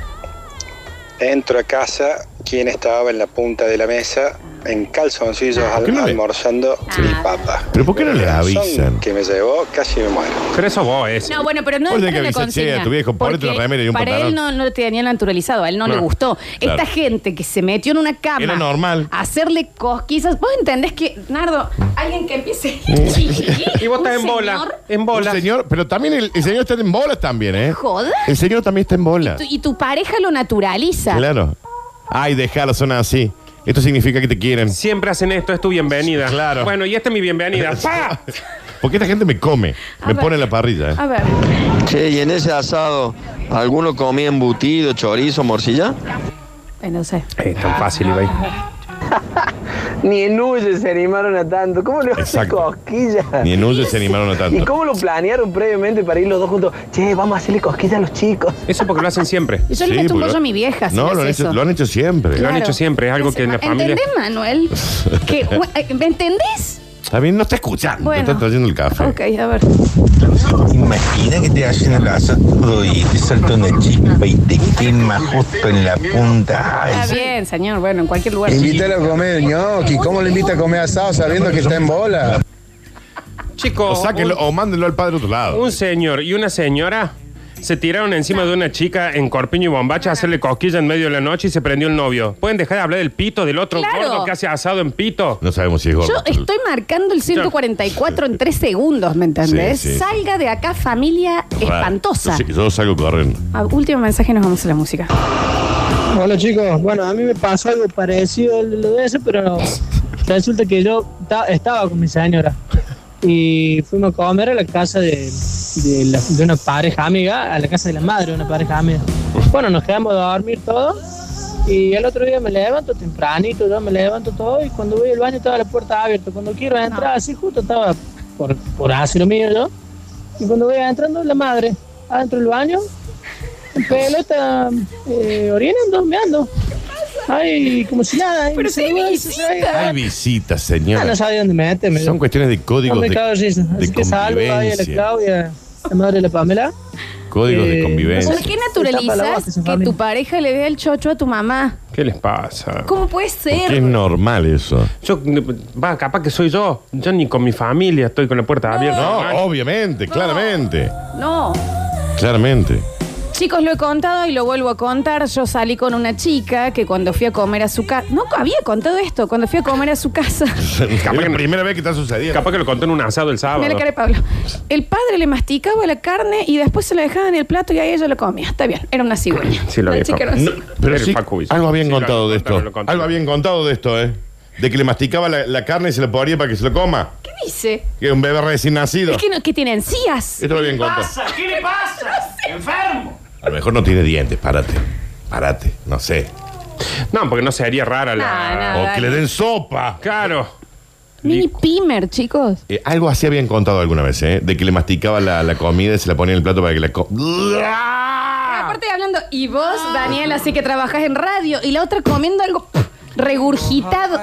Entro a casa, quien estaba en la punta de la mesa, en calzoncillos, Ah, al- qué no le- almorzando, Ah. mi papá. ¿Pero por qué no le avisan? Que me llevó, casi me muero. Pero eso vos es. No, bueno, pero no Vos entra tenés que en la avisar, che, consigna. a tu viejo, ponete porque una remera y un para él no, pantalón. no lo tenía naturalizado, a él no, No, le gustó. claro. Esta gente que se metió en una cama Era normal. a hacerle cosquillas, vos entendés que, Nardo, alguien que empiece... Y vos estás Un en bola. señor. En bola. Un señor, pero también el, el señor está en bolas también, ¿eh? ¿Jodas? El señor también está en bolas. Tu- Y tu pareja lo naturaliza. Claro. Ay, dejala zona así. Esto significa que te quieren. Siempre hacen esto, es tu bienvenida. Claro. Bueno, y esta es mi bienvenida. ¡Pa! Porque esta gente me come. A me ver. pone en la parrilla, ¿eh? A ver. Che, y en ese asado, ¿alguno comía embutido, chorizo, morcilla? Ay, no sé. Es tan fácil, Ibai. Ni en Uye se animaron a tanto. ¿Cómo le hacen Exacto. cosquillas? Ni en Ulle se animaron a tanto. ¿Y cómo lo planearon previamente para ir los dos juntos? Che, vamos a hacerle cosquillas a los chicos. Eso porque lo hacen siempre. Y yo le meto un bollo a mi vieja si No, hace lo han, hecho, eso. lo han hecho siempre. Lo han hecho siempre, es algo que en la familia. ¿Entendés, Manuel? Que, eh, ¿Me entendés? También no está escuchando. Bueno. Te está trayendo el café. Ok, a ver. Imagina que te hacen el asado y te salta una chispa y te quema justo en la punta. Ay, Está bien, señor. Bueno, en cualquier lugar. Invítalo a comer ñoqui. ¿Cómo le invita a comer asado sabiendo que está en bola? Chicos. O sáquenlo, un- o mándenlo al padre a otro lado. Un señor y una señora se tiraron encima de una chica en corpiño y bombacha a hacerle cosquillas en medio de la noche y se prendió el novio. ¿Pueden dejar de hablar del pito del otro Claro. gordo que hace asado en pito? No sabemos si es Yo eh, estoy marcando el 144 en 3 segundos, ¿me entendés? Sí, sí. Salga de acá, familia espantosa. Yo, yo salgo corriendo. Ah, último mensaje, nos vamos a la música. Hola chicos, bueno, a mí me pasó algo parecido a lo de eso, pero resulta que yo ta- estaba con mi señora y fuimos a comer a la casa de, de la- de una pareja amiga, a la casa de la madre de una pareja amiga. Bueno, nos quedamos a dormir todo y el otro día me levanto tempranito, yo me levanto todo y cuando voy al baño estaba la puerta abierta. Cuando quiero entrar, así justo estaba por, por así lo mío yo. Y cuando voy entrando, la madre, adentro del baño, en pelota, eh, orinando, meando. Ay, como si nada. Pero si Hay visitas, señor. Ah, no sabe dónde meterme. Son cuestiones de códigos no me de, cago en eso. de Así que salgo ahí a la convivencia. Claudia, la madre de la Pamela. Códigos de convivencia. ¿Por qué naturalizas que tu pareja le dé el chocho a tu mamá? ¿Qué les pasa? ¿Cómo puede Que es ser? normal eso. Yo, va, capaz que soy yo. Yo ni con mi familia estoy con la puerta abierta. No, obviamente, claramente. No. Claramente. Chicos, lo he contado y lo vuelvo a contar. Yo salí con una chica que cuando fui a comer a su casa. No había contado esto. Cuando fui a comer a su casa. Capaz que la primera vez que está sucediendo. Capaz que lo conté en un asado el sábado. Mira la cara de Pablo. El padre le masticaba la carne y después se la dejaba en el plato y ahí ella lo comía. Está bien, era una cigüeña. Sí, lo La había chica era contado. así. Pero Era sí, Paco Villa. algo habían Sí, lo contado de contaron, esto. lo contaron. Algo habían contado de esto, ¿eh? De que le masticaba la, la carne y se la ponía para que se lo coma. ¿Qué dice? Que un bebé recién nacido. Es que, no- que tiene encías. Esto lo habían contado. ¿Qué le pasa? Enfermo. A lo mejor no tiene dientes, párate. Párate, no sé. No, porque no se haría rara No, la. no, O dale. que le den sopa. Claro. Mini pimer, chicos. Eh, algo así habían contado alguna vez, ¿eh? De que le masticaba la, la comida y se la ponía en el plato para que la co- Aparte hablando, y vos, Daniel, así que trabajas en radio, y la otra comiendo algo pff, regurgitado.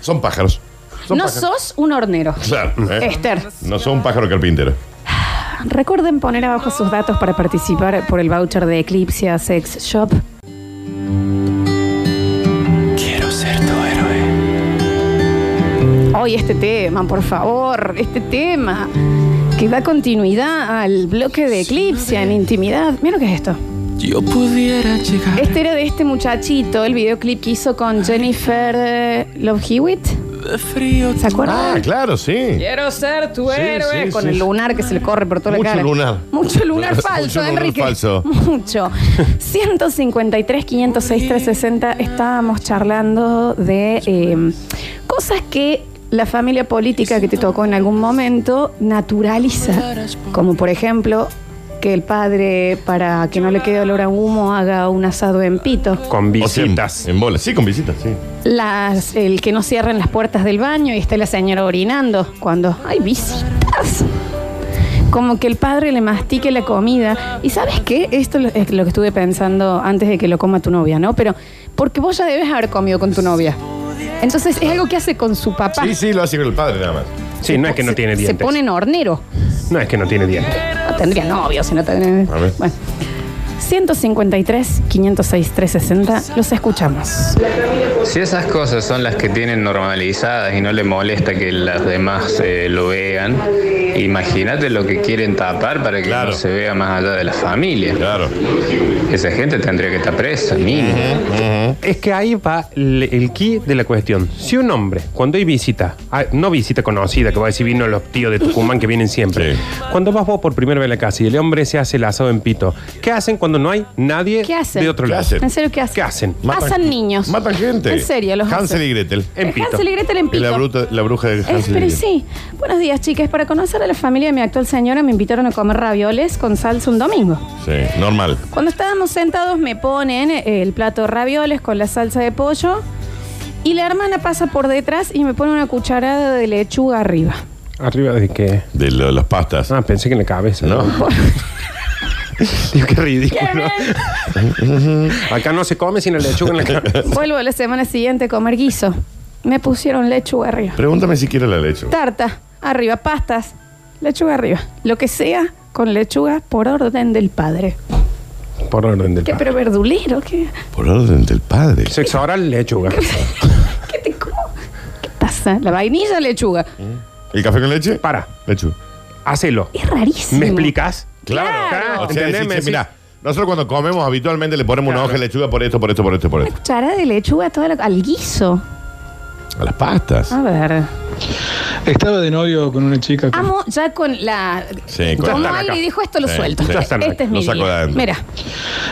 Son pájaros. Son No pájaros. sos un hornero. Claro, ¿eh? Esther. No son un pájaro carpintero. Recuerden poner abajo sus datos para participar por el voucher de Eclipse Sex Shop. Quiero ser tu héroe. Hoy este tema, por favor, este tema que da continuidad al bloque de Eclipse en intimidad. Mira lo que es esto. Yo pudiera llegar. Este era de este muchachito, el videoclip que hizo con Jennifer eh, Love Hewitt. ¿Se Ah, acuerdan? claro, sí. Quiero ser tu Sí, héroe sí, con sí, el sí. lunar que se le corre por toda Mucho la cara. lunar. Mucho lunar Mucho falso, lunar Enrique. falso. Mucho. 153, 506, 360. Estábamos charlando de eh, cosas que la familia política que te tocó en algún momento naturaliza. Como por ejemplo, que el padre, para que no le quede olor a humo, haga un asado en pito. Con visitas. en bolas, sí, con visitas, sí. Las, el que no cierren las puertas del baño y esté la señora orinando cuando hay visitas. Como que el padre le mastique la comida. ¿Y sabes qué? Esto lo- es lo que estuve pensando antes de que lo coma tu novia, ¿no? Pero porque vos ya debes haber comido con tu novia. Entonces es algo que hace con su papá. Sí, sí, lo hace con el padre nada más. Sí, no es que no tiene Se dientes. pone en hornero. No es que no tiene dientes. No tendría novio si no tendría... A ver. Bueno. 153, 506, 360. Los escuchamos. Si esas cosas son las que tienen normalizadas y no le molesta que las demás eh, lo vean, imagínate lo que quieren tapar para que no se vea más allá de la familia. Claro. Esa gente tendría que estar presa, mínimo. Es que ahí va el, el key de la cuestión. Si un hombre, cuando hay visita, ah, no visita conocida, que va a decir vino los tíos de Tucumán que vienen siempre, cuando vas vos por primera vez a la casa y el hombre se hace el asado en pito, ¿qué hacen cuando no hay nadie ¿Qué hacen? de otro ¿Qué lado? hacen? ¿En serio qué hacen? ¿Qué hacen? Hacen niños. Matan gente. En serio, los Hansel hacen. y Gretel. En Es pito. Hansel y Gretel en Es La, pito. bruta- la bruja de Hansel Es, y pero Gretel. sí. Buenos días, chicas. Para conocer a la familia de mi actual señora, me invitaron a comer ravioles con salsa un domingo. Sí, normal. Cuando estábamos sentados, me ponen eh, el plato de ravioles con la salsa de pollo y la hermana pasa por detrás y me pone una cucharada de lechuga arriba. ¿Arriba de qué? De lo- las pastas. Ah, pensé que en la cabeza. No. Digo, qué ridículo. Acá no se come sin el lechuga en la Eh. cabeza. Vuelvo a la semana siguiente a comer guiso. Me pusieron lechuga arriba. Pregúntame si quiere la leche. Tarta, arriba, pastas, lechuga arriba. Lo que sea con lechuga por orden del padre. Por orden del ¿Qué, pero verdulero? ¿Qué, Por orden del padre. Sexo oral, lechuga. qué pasa? La vainilla, lechuga. ¿El café con leche? Para. Lechuga. Hacelo. Es rarísimo. ¿Me explicas? Claro. Claro. O sea, ¿Entendés? decís, Me che, decís- mirá, Ah, nosotros cuando comemos habitualmente le ponemos una hoja de lechuga por esto, por esto, por esto, por esto. Cucharada de lechuga toda la- al guiso. A las pastas. A ver. Estaba de novio con una chica. que- Amo ya con la. Sí, con- Como Ya están alguien acá. dijo esto, lo Sí, suelto. sí. Ya están Este acá. es mi Lo saco de día. adentro. Mira,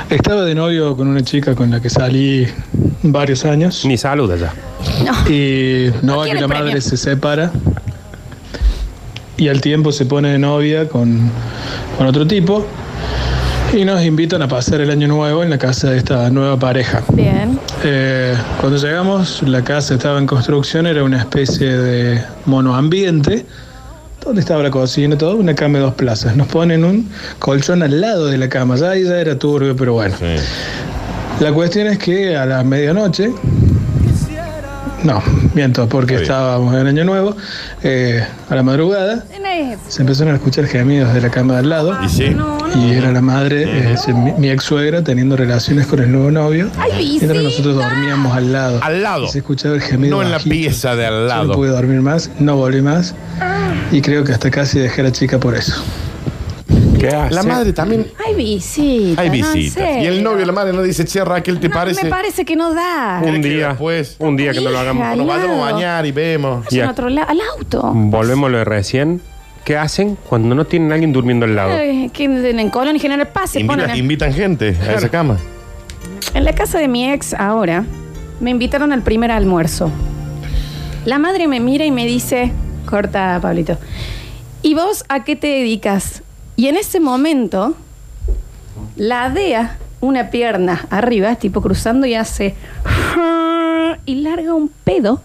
Estaba de novio con una chica con la que salí varios años. Ni saluda ya. Y no, No va que quiere la premio. madre se separa. Y al tiempo se pone de novia con, con otro tipo. Y nos invitan a pasar el año nuevo en la casa de esta nueva pareja. bien. Eh, cuando llegamos, la casa estaba en construcción, era una especie de monoambiente, donde estaba la cocina, todo, una cama de dos plazas. Nos ponen un colchón al lado de la cama, ya ahí ya era turbio, pero bueno. La cuestión es que a la medianoche, no, miento, porque estábamos en Año Nuevo, eh, a la madrugada, Eh, se empezaron a escuchar gemidos de la cama de al lado. Y era la madre, eh, se- mi, ex suegra, teniendo relaciones con el nuevo novio. Ay, Mientras nosotros dormíamos al lado. Al lado. Se escuchaba el gemido. No en la bajito. pieza de al Yo lado. Ah, no pude dormir más, no volví más. Y creo que hasta casi dejé a la chica por eso. ¿Qué hace? Ah, La madre también. Hay visitas. Hay Ah, no, en visitas. y el serio. novio, la madre, no dice, che, Raquel, ¿te No, parece? Me parece que no da. Un día. Después. Un día que no lo hagamos. Al Nos vayamos a lado. bañar y vemos. Vayan a otro lado, al auto. Volvemos a lo de recién. ¿Qué hacen cuando no tienen a alguien durmiendo al lado? Ay, Eh, que en en Colón y General Paz se ponen. en- invitan gente a esa cama. En la casa de mi ex ahora, me invitaron al primer almuerzo. La madre me mira y me dice, corta, Pablito, ¿y vos a qué te dedicas? Y en ese momento, la DEA, una pierna arriba, tipo cruzando y hace... Y larga un pedo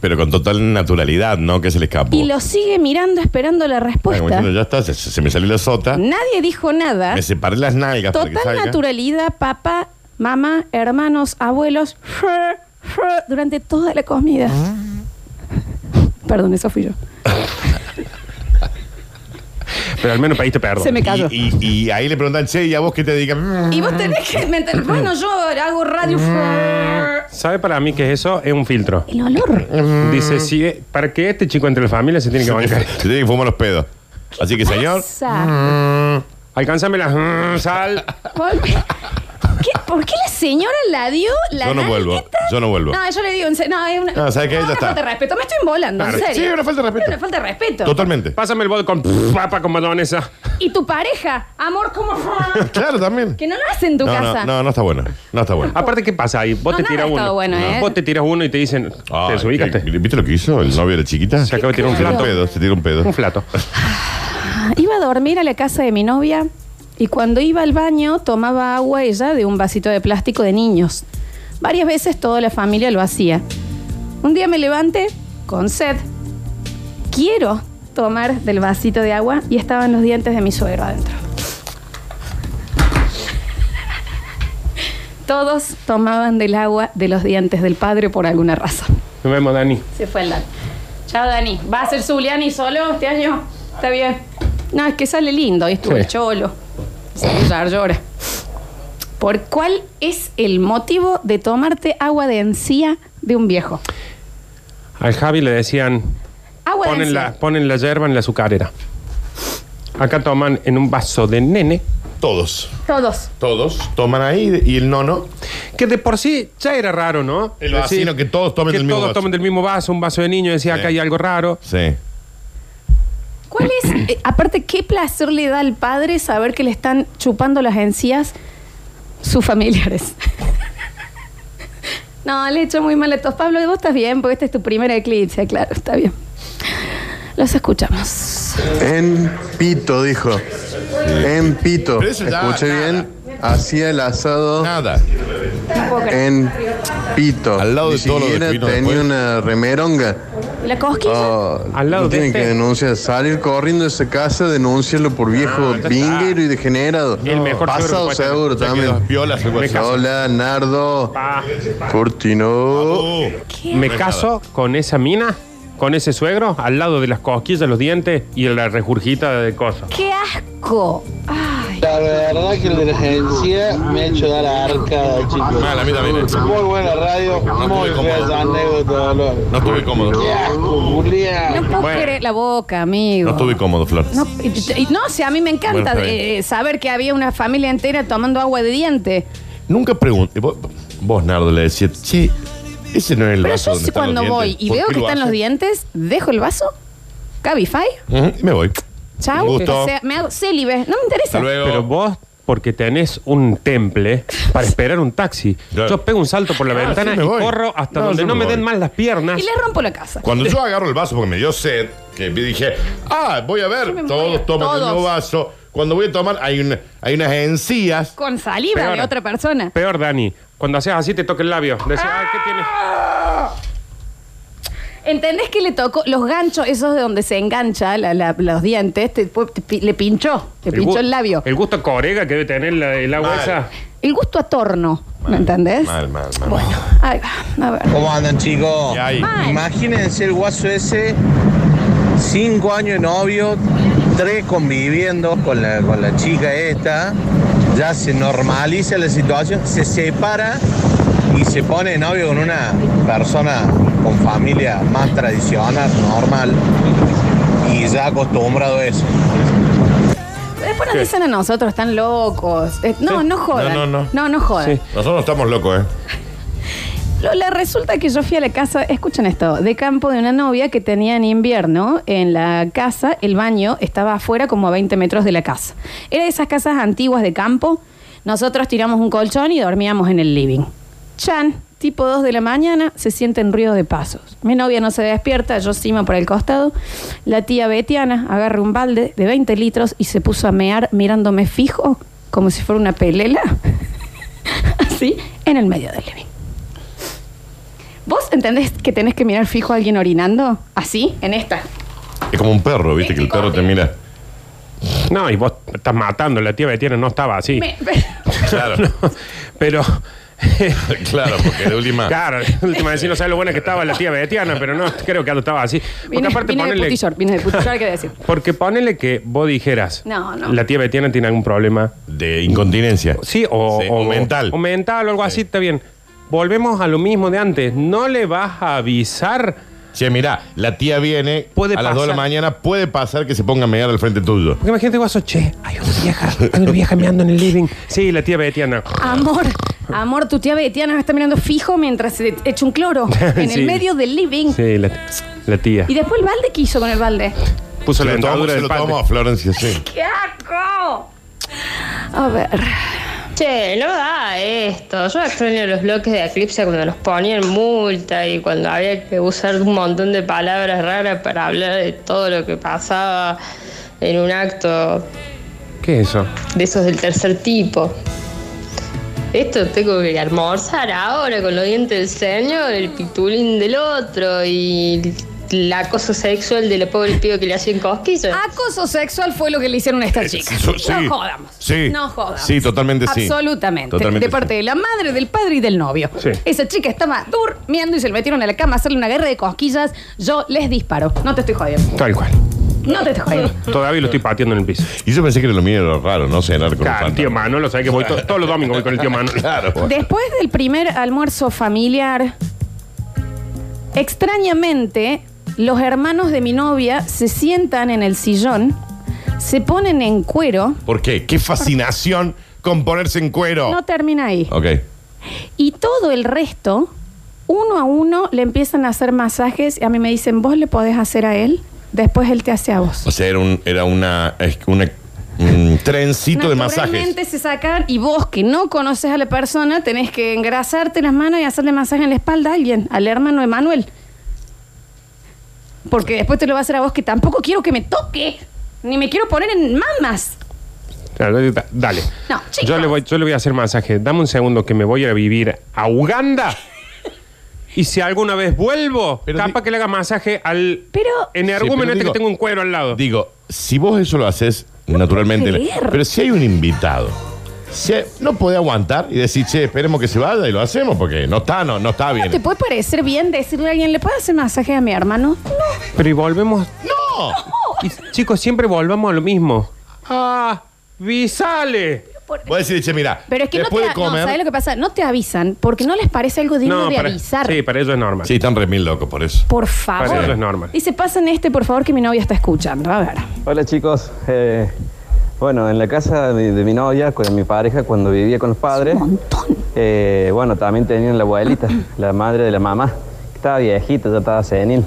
Pero con total naturalidad, ¿no? Que se le escapó. y lo sigue mirando esperando la Bueno, respuesta. bueno, ya está, se, se me salió la sota. Nadie dijo nada. Me separé las nalgas para que Total salga. naturalidad, papá, mamá, hermanos, abuelos, durante toda la comida. Perdón, eso fui yo. Pero al menos pediste perdón. Se me cayó. Y, y- y ahí le preguntan, che, ¿y a vos qué te "Mm". dedicas? Y vos tenés que... me entendés, bueno, yo hago radio... ¿Sabe para mí que eso? Es un filtro. El olor. Mm. Dice, si es- para que este chico entre la familia se tiene que bancar. Se tiene que fumar los pedos. Así que, señor. Mm. Pasa. Alcánzame la mm, sal. ¿Por qué, por qué la señora la dio? La Yo no nalga? vuelvo. Yo no vuelvo. No, yo le digo, en serio, no, es una, No, ¿sabes qué? Ya una está. falta de respeto. Me estoy embolando, en Claro. serio. Sí, una falta de respeto. Una falta de respeto. Totalmente. Pásame el bol con papa con mayonesa. Y tu pareja, amor, como... Claro, también. Que no lo hace en tu No, no, casa. No, no está bueno. No está bueno. Aparte, ¿qué pasa ahí? Vos No, te nada tiras está uno. bueno, ¿eh? Vos te tiras uno y te dicen, te desubicaste. ¿Viste lo que hizo el novio de la chiquita? Se acaba de tirar un un flato. pedo, se tira un pedo. Un flato. Iba a dormir a la casa de mi novia y cuando iba al baño tomaba agua ella de un vasito de plástico de niños. Varias veces toda la familia lo hacía. Un día me levanté con sed. Quiero tomar del vasito de agua y estaban los dientes de mi suegro adentro. Todos tomaban del agua de los dientes del padre por alguna razón. Nos vemos, Dani. Se fue el Dani. Chao, Dani. ¿Va a ser Zuliani solo este año? Está bien. No, es que sale lindo. Ahí estuvo Sí. el cholo. Se va a llorar, llora. ¿Por cuál es el motivo de tomarte agua de encía de un viejo? Al Javi le decían, Agua de ponen encía. la, ponen la yerba en la azucarera. Acá toman en un vaso de nene. Todos. Todos. Todos toman ahí y el nono. Que de por sí ya era raro, ¿no? El vacino, que todos tomen que del mismo todos vaso. tomen del mismo vaso, un vaso de niño, decía, Sí. acá hay algo raro. Sí. ¿Cuál es, eh, aparte, qué placer le da al padre saber que le están chupando las encías sus familiares? no, le he hecho muy mal a todos. Pablo, vos estás bien, porque este es tu primer eclipse, claro, está bien. Los escuchamos. En pito, dijo. En pito. Pero eso ya, Escuché bien. Hacía el asado. Nada. En pito. Al lado de todo lo de Pino tenía después. una remeronga. La cosquilla. Oh. Al lado de tienen este. que denunciar. Salir corriendo de esa casa, denunciarlo por Ah, viejo ya vinguero y degenerado. El mejor Pasado seguro seguro, que puede tener. también. Piola, Me seguro. caso. Hola, Nardo. Cortino. Me caso con esa mina, con ese suegro, al lado de las cosquillas, los dientes y la rejurgita de cosas. ¡Qué asco! La verdad que la emergencia me ha hecho dar arcada, chicos. Mal, a mí también, eh. Muy buena radio, muy feas anécdotas. No No estuve cómodo. No puedo Bueno. creer la boca, amigo. No estuve cómodo, Flor. No, y- y- no, o sea, a mí me Bueno, encanta está bien. eh, saber que había una familia entera tomando agua de diente. Nunca pregunté. Vos, vos, Nardo, le decías, che, ese no es el Pero vaso yo donde sí están cuando los voy dientes. y ¿Por veo qué que lo están los hacen? dientes, dejo el vaso, Cabify, Ujú, y me voy. chau, Un gusto. o sea, me hago célibe, no me interesa. Pero vos, porque tenés un temple para esperar un taxi. Yo pego un salto por la Ah, ventana sí, me y voy. corro hasta No, donde yo no me me den voy. más las piernas. Y le rompo la casa. Cuando yo agarro el vaso porque me dio sed, que dije, ah, voy a ver, todos toman el mismo todos. vaso. Cuando voy a tomar, hay, una, hay unas encías. Con saliva Peor. de otra persona. Peor, Dani, cuando haces así te toca el labio. Decís, "Ah, ¿qué tiene?". ¡Ah! ¿Entendés que le tocó los ganchos, esos de donde se engancha la- la- los dientes, te- pues, te pi- le pinchó, le gu- pinchó el labio. El gusto corega que debe tener la- el agua Mal. esa. El gusto a torno, ¿me entendés? mal, Bueno, ahí va, a ver. ¿Cómo andan, chicos? Mal. Imagínense el guaso ese, cinco años de novio, tres conviviendo con la, con la chica esta, ya se normaliza la situación, se separa y se pone de novio con una persona con familia más tradicional, normal, y ya acostumbrado a eso. después nos ¿Qué? dicen a nosotros, están locos. Eh, no, no jodan. No, no, no. no jodan. Nosotros no estamos locos, ¿eh? Lola, resulta que yo fui a la casa, escuchen esto, de campo de una novia que tenía en invierno en la casa, el baño estaba afuera como a 20 metros de la casa. Era de esas casas antiguas de campo. Nosotros tiramos un colchón y dormíamos en el living. Chan, tipo 2 de la mañana, se sienten ruido de pasos. Mi novia no se despierta, yo cima por el costado. La tía Betiana agarra un balde de 20 litros y se puso a mear mirándome fijo, como si fuera una pelela, así, en el medio del living. ¿Vos entendés que tenés que mirar fijo a alguien orinando? ¿Así? En esta. Es como un perro, ¿viste? Que el perro te mira. No, y vos estás matando. La tía Betiana no estaba así. Me- Claro. pero. claro, porque de última. Claro, de última decir, no sabes lo buena que estaba la tía Betiana, pero no creo que estaba así. Porque Vine, aparte vine de ponele. putillor, vine de putillor, ¿qué decir? Porque ponele que vos dijeras. No, no. La tía Betiana tiene algún problema. De incontinencia. Sí, o, Sí, o mental. O mental o algo así, está bien. Volvemos a lo mismo de antes. No le vas a avisar. Che, mirá, la tía viene Puede a las 2 de la pasar. mañana, puede pasar que se ponga a mear al frente tuyo. Porque imagínate vos, sos, che, hay una vieja, hay una vieja meando en el living. Sí, la tía Betiana. Amor, amor, tu tía Betiana me está mirando fijo mientras se echa un cloro en Sí. el medio del living. Sí, la, la tía. ¿Y después el balde qué hizo con el balde? Puso Se la lo tomó- dentadura se del lo padre. tomó a Florencia, sí. ¡Qué asco! A ver. Che, no da esto. Yo extraño los bloques de Eclipse cuando nos ponían multa y cuando había que usar un montón de palabras raras para hablar de todo lo que pasaba en un acto ¿Qué es eso? de esos del tercer tipo. Esto tengo que almorzar ahora con los dientes del señor, el pitulín del otro y la acoso sexual de la pobre piba que le hacían cosquillas. Acoso sexual fue lo que le hicieron a esta chica. so- sí. No jodamos. Sí. No jodamos. Sí, totalmente sí. Absolutamente. Totalmente de parte de la madre, del padre y del novio. Sí. Esa chica estaba durmiendo y se le metieron a la cama a hacerle una guerra de cosquillas. Yo les disparo. No te estoy jodiendo. Tal cual. No te estoy jodiendo. Todavía lo estoy pateando en el piso. Y yo pensé que lo mío era raro, no cenar con Claro, un el tío Manolo, sabes que voy to- todos los domingos voy con el tío Manolo. Claro. Después del primer almuerzo familiar, extrañamente, los hermanos de mi novia se sientan en el sillón, se ponen en cuero. ¿Por qué? ¿Qué fascinación con ponerse en cuero? No termina ahí. Ok. Y todo el resto, uno a uno, le empiezan a hacer masajes y a mí me dicen, vos le podés hacer a él, después él te hace a vos. O sea, era, un, era una, es- una- un trencito de masajes. Naturalmente se sacan y vos que no conoces a la persona tenés que engrasarte las manos y hacerle masaje en la espalda a alguien, al hermano de Manuel. Porque después te lo va a hacer a vos que tampoco quiero que me toque, ni me quiero poner en mamas. Claro, da- dale. No, chicos. Yo le, voy, yo le voy a hacer masaje. Dame un segundo que me voy a vivir a Uganda. Y si alguna vez vuelvo, capaz que le haga masaje al Pero Sí, energúmeno pero este digo- que tengo un cuero al lado. Digo, si vos eso lo haces naturalmente. puedo creer. Pero si hay un invitado, si hay- no puede aguantar y decir, che, esperemos que se vaya y lo hacemos porque no está, no, no está ¿No te bien. puede parecer bien decirle a alguien, ¿le puedo hacer masaje a mi hermano? No. Pero y volvemos. ¡No! Y, chicos, siempre volvamos a lo mismo. ¡Ah! ¡Visale! Voy a decir, che, mira, Pero es que no te, después de a- no, comer. ¿sabes lo que pasa? No te avisan porque no les parece algo digno de para, avisar. Sí, para ellos es normal. Sí, están re mil locos por eso. Por favor. Para ellos es normal. Dice, pasen este, por favor, que mi novia está escuchando. A ver. Hola chicos, Eh, bueno, en la casa de, de mi novia, con mi pareja, cuando vivía con los padres, eh, bueno, también tenían la abuelita, la madre de la mamá, que estaba viejita, ya estaba senil.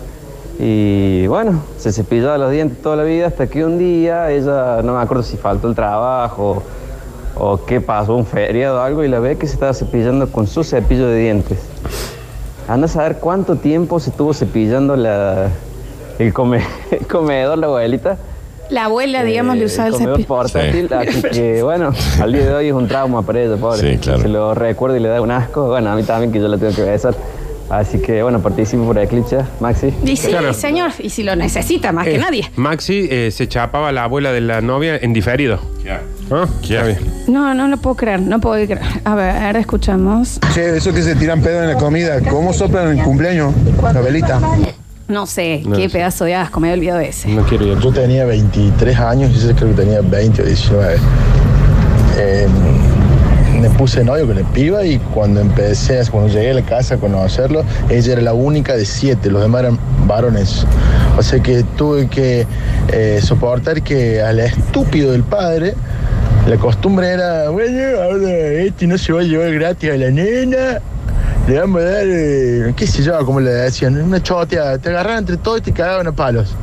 Y bueno, se cepillaba los dientes toda la vida hasta que un día ella, no me acuerdo si faltó el trabajo o qué pasó, un feriado o algo, y la ve que se estaba cepillando con su cepillo de dientes. Anda a saber cuánto tiempo se estuvo cepillando la, el, come- el comedor, la abuelita. La abuela, digamos, le usaba el Eh, comedor cepillo. portátil, así que bueno, al día de hoy es un trauma para ella, pobre. Se lo recuerda y le da un asco. Bueno, a mí también que yo lo tengo que besar. Así que bueno, participo por Eclipse, Maxi. Y sí, Claro. señor, y si lo necesita más que Eh, nadie. Maxi eh, se chapaba a la abuela de la novia en diferido. ¿Ah? Está bien. No, no lo puedo creer, no puedo creer. A ver, ahora escuchamos. Che, eso que se tiran pedo en la comida, ¿cómo soplan en el cumpleaños? La velita. No sé, No sé. qué pedazo de asco, me había olvidado de ese. No quiero Yo tenía 23 años y ella creo que tenía 20 o 19. Eh, me puse de novio con la piba y cuando empecé, cuando llegué a la casa a conocerlo, ella era la única de siete, los demás eran varones. O sea que tuve que eh, soportar que al estúpido del padre, la costumbre era, bueno, ahora este no se va a llevar gratis a la nena. Le vamos a dar, eh, qué sé yo, como le decían, una chotea. Te agarraban entre todos y te cagaban a palos.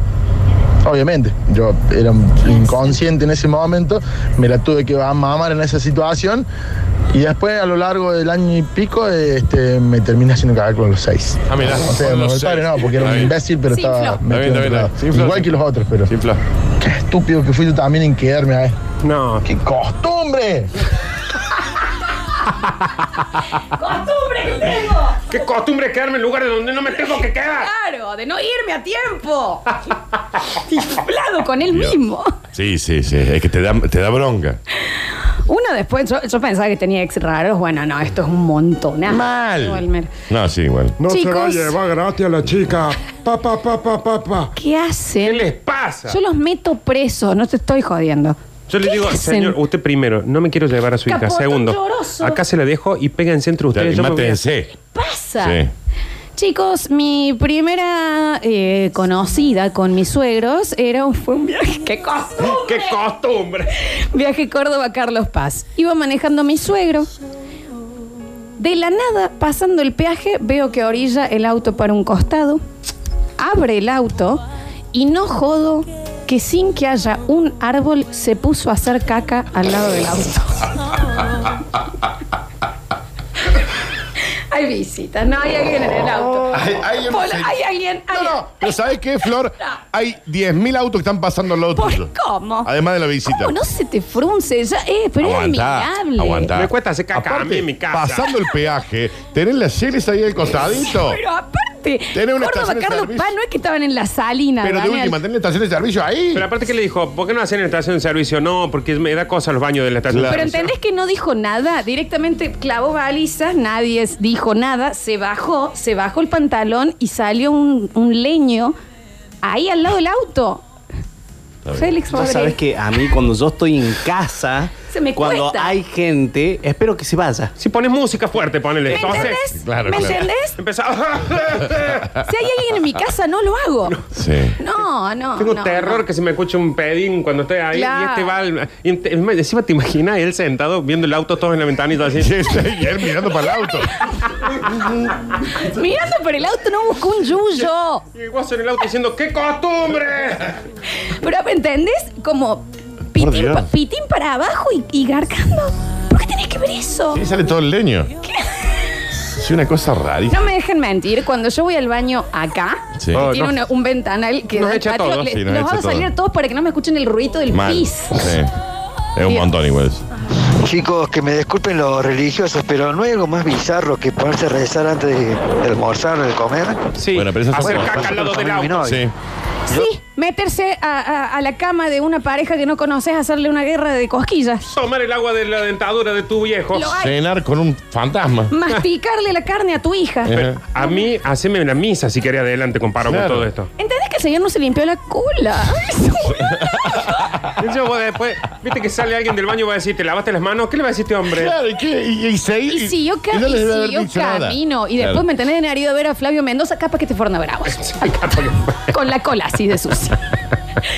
Obviamente, yo era un inconsciente en ese momento, me la tuve que mamar en esa situación y después a lo largo del año y pico este, me terminé haciendo cagar con los seis. Ah, mirá, O sea, con no, los el padre seis. no, porque era Está un bien. imbécil, pero Se estaba infló. Está bien, metido está bien, en otro está bien. Se lado. infló, Igual sí. que los otros, pero... Qué estúpido que fui yo también en quedarme a No. ¡Qué costumbre! ¡Costumbre que tengo! ¡Qué costumbre es quedarme en lugares donde no me tengo que quedar! ¡Claro! ¡De no irme a tiempo! Inflado con él mismo. Sí, sí, sí. Es que te da, te da bronca. Uno después, yo, yo pensaba que tenía ex raros. Bueno, no, esto es un montonazo. Mal. Walmer. No, sí, igual. No se va a Chicos. llevar gratis a la chica. Pa, pa, pa, pa, pa, ¿Qué hacen? ¿Qué les pasa? Yo los meto presos, no te estoy jodiendo. Yo le ¿Qué digo, hacen? señor, usted primero, no me quiero llevar a su hija. Capotón Segundo, lloroso. acá se la dejo y péganse entre ustedes. yo me voy a- Ah. Pasa. Sí. Chicos, mi primera eh, conocida con mis suegros era un, fue un viaje. ¡Qué costumbre! ¡Qué costumbre! Viaje Córdoba Carlos Paz. Iba manejando mi suegro. De la nada, pasando el peaje, veo que orilla el auto para un costado. Abre el auto y no jodo que sin que haya un árbol se puso a hacer caca al lado del auto. Hay visitas, no hay alguien en el auto. Hay- hay un Pon- señor- hay alguien. hay- Pero ¿sabes qué, Flor? Hay 10.000 autos que están pasando al lado tuyo. ¿Cómo? Además de la visita. ¿Cómo no se te frunce? Ya, eh, pero Aguantá, es amigable. aguantá. Me cuesta hacer caca a mí en mi casa. Pasando el peaje, tenés las Shellys ahí al costadito. Pero aparte, Tenés una Córdoba estación de Carlos servicio. Paz no es que estaban en la salina. Daniel. la estación de servicio ahí. Pero aparte que le dijo, ¿por qué no hacen en la estación de servicio? No, porque me da cosa los baños de la estación Pero de servicio. entendés que no dijo nada, directamente clavó balizas, nadie s- dijo nada, se bajó, se bajó el pantalón y salió un, un leño ahí al lado del auto. Félix Vos sabés Rodríguez. que a mí cuando yo estoy en casa, Se me cuando cuesta. hay gente, espero que se vaya. Si pones música fuerte, ponele. Entonces, entendés? ¿Me entendés? Empezaba. Si hay alguien en mi casa, no lo hago. No, no. Tengo no, terror que se me escuche un pedín cuando estoy ahí Claro. y este va al- y ent- encima- encima te imaginas él sentado viendo el auto todos en la ventanita así. y él mirando para el auto. no. Mirando por el auto no busco un yuyo. Y el guaso en el auto diciendo, ¡qué costumbre! Pero ¿me entendés? Como Por pitín, Dios. pa- pitín para abajo y, y garcando. ¿Por qué tenés que ver eso? Ahí sale todo el leño. Es una cosa rarísima. No me dejen mentir, cuando yo voy al baño acá, Sí. que Oh, tiene no. una- un ventanal que Nos da al echa a todos, le- sí, nos los echa hago a todos. salir a todos para que no me escuchen el ruido del Mal. pis. Sí. Es un Dios. montón igual. eso. Chicos, que me disculpen los religiosos, pero ¿no hay algo más bizarro que ponerse a rezar antes de, de almorzar o de comer? Sí, bueno, pero eso hacer caca al lado del auto. Sí. Sí, meterse a, a- a la cama de una pareja que no conoces, hacerle una guerra de cosquillas. Tomar el agua de la dentadura de tu viejo. Lo hay. Cenar con un fantasma. Eh. Masticarle la carne a tu hija. Pero a mí, haceme la misa si querés adelante, comparo Claro. con todo esto. ¿Entendés que el señor no se limpió la cola? Y yo vos después, viste que sale alguien del baño y va a decir, ¿te lavaste las manos? ¿Qué le va a decir este hombre? Claro, ¿y qué? Y, y se Y si yo, ca- y si yo camino y después me tenés de a ver a Flavio Mendoza, capaz que te fueron a ver a vos. Con la cola así de sucia.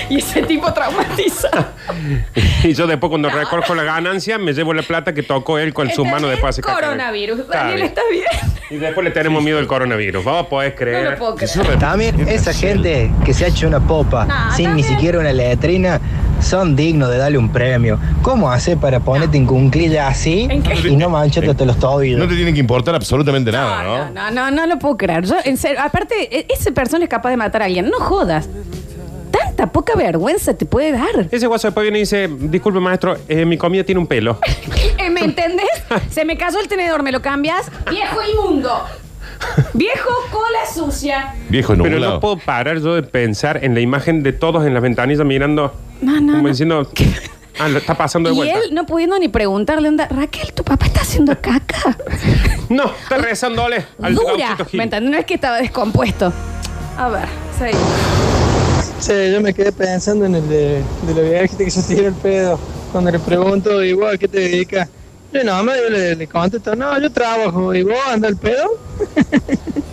y ese tipo traumatiza. Y yo después cuando recojo la ganancia, me llevo la plata que tocó él con su mano después hace caca. Coronavirus. Está Daniel, bien. ¿estás bien? Y después le tenemos miedo al coronavirus. Vos podés creer. No lo puedo creer. También esa gente que se ha hecho una popa No, sin ni siquiera una letrina son dignos de darle un premio. ¿Cómo hace para ponerte en cunclilla así y no mancharte hasta los tobillos? No te tiene que importar absolutamente nada, ¿no? No, no, no lo puedo creer. Yo, en serio, aparte, e- esa persona es capaz de matar a alguien. No jodas. Tanta poca vergüenza te puede dar. Ese guaso después viene y dice, disculpe maestro, eh, mi comida tiene un pelo. Eh, ¿Me entendés? Se me cayó el tenedor, ¿me lo cambias? Viejo inmundo. Viejo cola sucia. Viejo Pero nublado. no puedo parar yo de pensar en la imagen de todos en las ventanillas mirando, No, no. como no. diciendo, ah, lo está pasando de Y vuelta. él no pudiendo ni preguntarle, onda, Raquel, tu papá está haciendo caca. No, está rezándole al Dura. gauchito Gil. ¿Me entendés? No es que estaba descompuesto. A ver, seguimos. Che, yo me quedé pensando en el de, de la viejita que se tiró el pedo. Cuando le pregunto, igual, ¿qué te dedicas? Yo no, me- yo le, le contesto, no, yo trabajo y vos anda el pedo.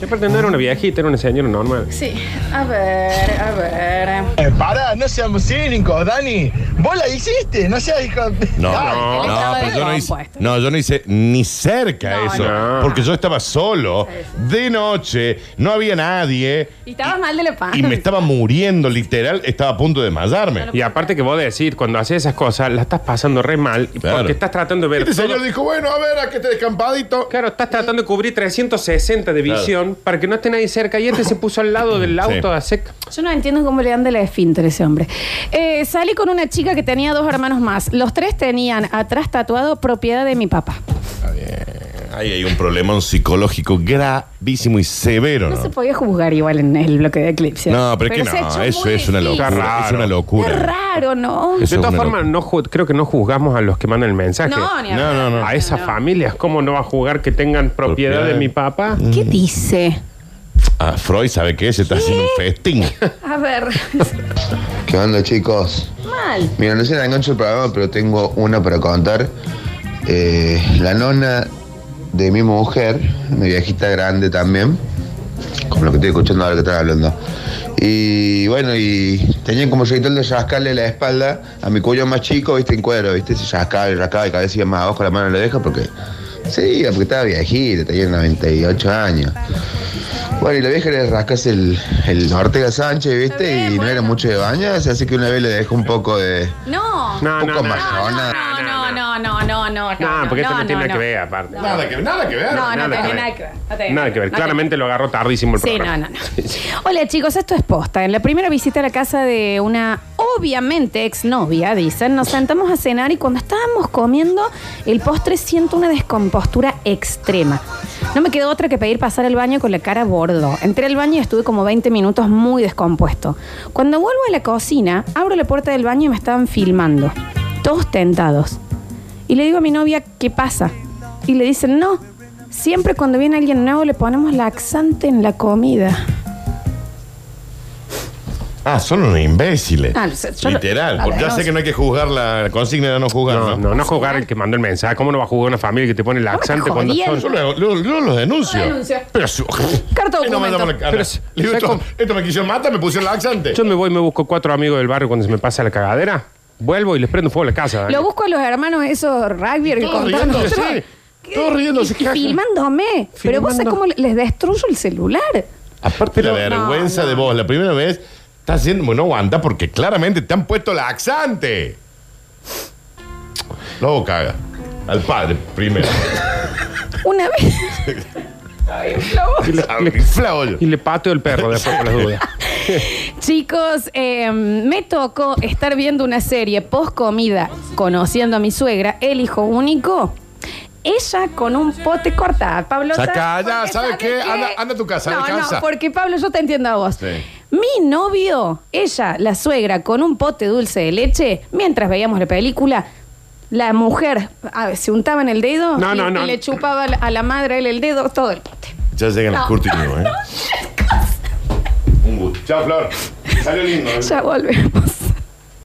Yo pretendo era una viejita, era una señora normal. Sí, a ver, a ver. Eh, pará, no seamos cínicos, Dani. Vos la hiciste, no seas hijo. No, Dale. no, él no, estaba pero yo no hice, descompuesto. no, yo no hice ni cerca eso. Porque yo estaba solo, de noche, no había nadie. Y estabas mal de la panza. Y me estaba muriendo, literal, estaba a punto de desmayarme. Y aparte que vos decís, cuando haces esas cosas, la estás pasando re mal y porque estás tratando de ver. Este señor todo- dijo, bueno, a ver, a que te descampadito. Claro, estás tratando de cubrir 360 de Claro. visión para que no esté nadie cerca y este se puso al lado del auto a seca. Yo no entiendo cómo le anda la esfínter a ese hombre. Eh, salí con una chica que tenía dos hermanos más. Los tres tenían atrás tatuado propiedad de mi papá. Ahí hay un problema psicológico gravísimo y severo, No se ¿no? podía juzgar igual en el bloque de Eclipse. No, pero es que se no, echó eso muy es una difícil. locura. Es una Qué locura. raro, ¿no? de todas formas, no ju- creo que no juzgamos a los que mandan el mensaje. No, ni hablar. No, no, no. A esas familias, ¿cómo no va a jugar que tengan propiedad, Propiedad. de mi papá? ¿Qué dice? Ah, Freud, ¿sabe qué? Se está haciendo un festín. A ver, ¿Qué onda, chicos? mal. Mira, no sé la engancho el programa, pero tengo una para contar. Eh, la nona de mi mujer, mi viejita grande también, como lo que estoy escuchando ahora que están hablando. Y bueno, y tenía como ritual de rascarle la espalda a mi cuello más chico, viste, en cuero, viste, se rascaba y rascaba y cada vez iba más abajo, la mano le deja porque. Sí, porque estaba viejita, tenía 98 años. Bueno, y la vieja le rascas el, el Ortega Sánchez, ¿viste? Y no era mucho de bañarse, así que una vez le dejó un poco de. No. No, Un poco no, no, majona. no, no, no, no, no, no, No, porque esto no tiene nada que ver, aparte. Nada que- nada que ver. No, no, Nada que tiene ver. nada que ver. no tiene Nada que ver. no tiene- Claramente lo agarró tardísimo el Sí, programa. no, no, Hola chicos, esto es posta. En la primera visita a la casa de una obviamente exnovia, dicen, nos sentamos a cenar y cuando estábamos comiendo el postre siento una descompostura extrema. No me quedó otra que pedir pasar al baño con la cara a bordo. Entré al baño y estuve como 20 minutos muy descompuesto. Cuando vuelvo a la cocina, abro la puerta del baño y me estaban filmando. Todos tentados. Y le digo a mi novia, ¿qué pasa? Y le dicen, no, siempre cuando viene alguien nuevo le ponemos laxante en la comida. Ah, son unos imbéciles. Ah, o sea, yo lo- Literal. a porque ya ver, no sé sé. que no hay que juzgar la consigna de no juzgar. No, No, no, no jugar el que mandó el mensaje. ¿Cómo no va a jugar una familia que te pone laxante cuando jodiendo. son? Yo lo, los denuncio. Lo denuncio. Pero su... Carta Y no me documento. llaman la cara. Le digo, esto, esto me quisieron matar, me pusieron laxante. Yo me voy y me busco cuatro amigos del barrio cuando se me pasa la cagadera. Vuelvo y les prendo fuego a la casa. Dani. Lo busco a los hermanos esos rugby que Todos contaron. riéndose, todos riéndose, Y- y cagan. Filmándome. Pero vos sabés cómo les destruyo el celular. Aparte la vergüenza de vos, la primera vez estás haciendo, bueno, no aguanta porque claramente te han puesto laxante. Luego caga. Al padre, primero. Una vez. Y le, le- y le pateo el perro después por las dudas. Chicos, eh, me tocó estar viendo una serie post comida, conociendo a mi suegra, el hijo único. Ella con un pote corta, Pablo. Saca ¿sabes? ya, Porque ¿sabes qué? que- Anda- ah, anda a tu casa, No, descansa. no, porque Pablo, yo te entiendo a vos. Sí. Mi novio, ella, la suegra, con un pote dulce de leche, mientras veíamos la película, la mujer ah, se untaba en el dedo No, y, no, no. y le chupaba a la madre él el dedo, todo el pote. Ya llegan No. las cortinas, ¿eh? Un gusto. Chao, Flor. Salió lindo. ¿eh? Ya volvemos.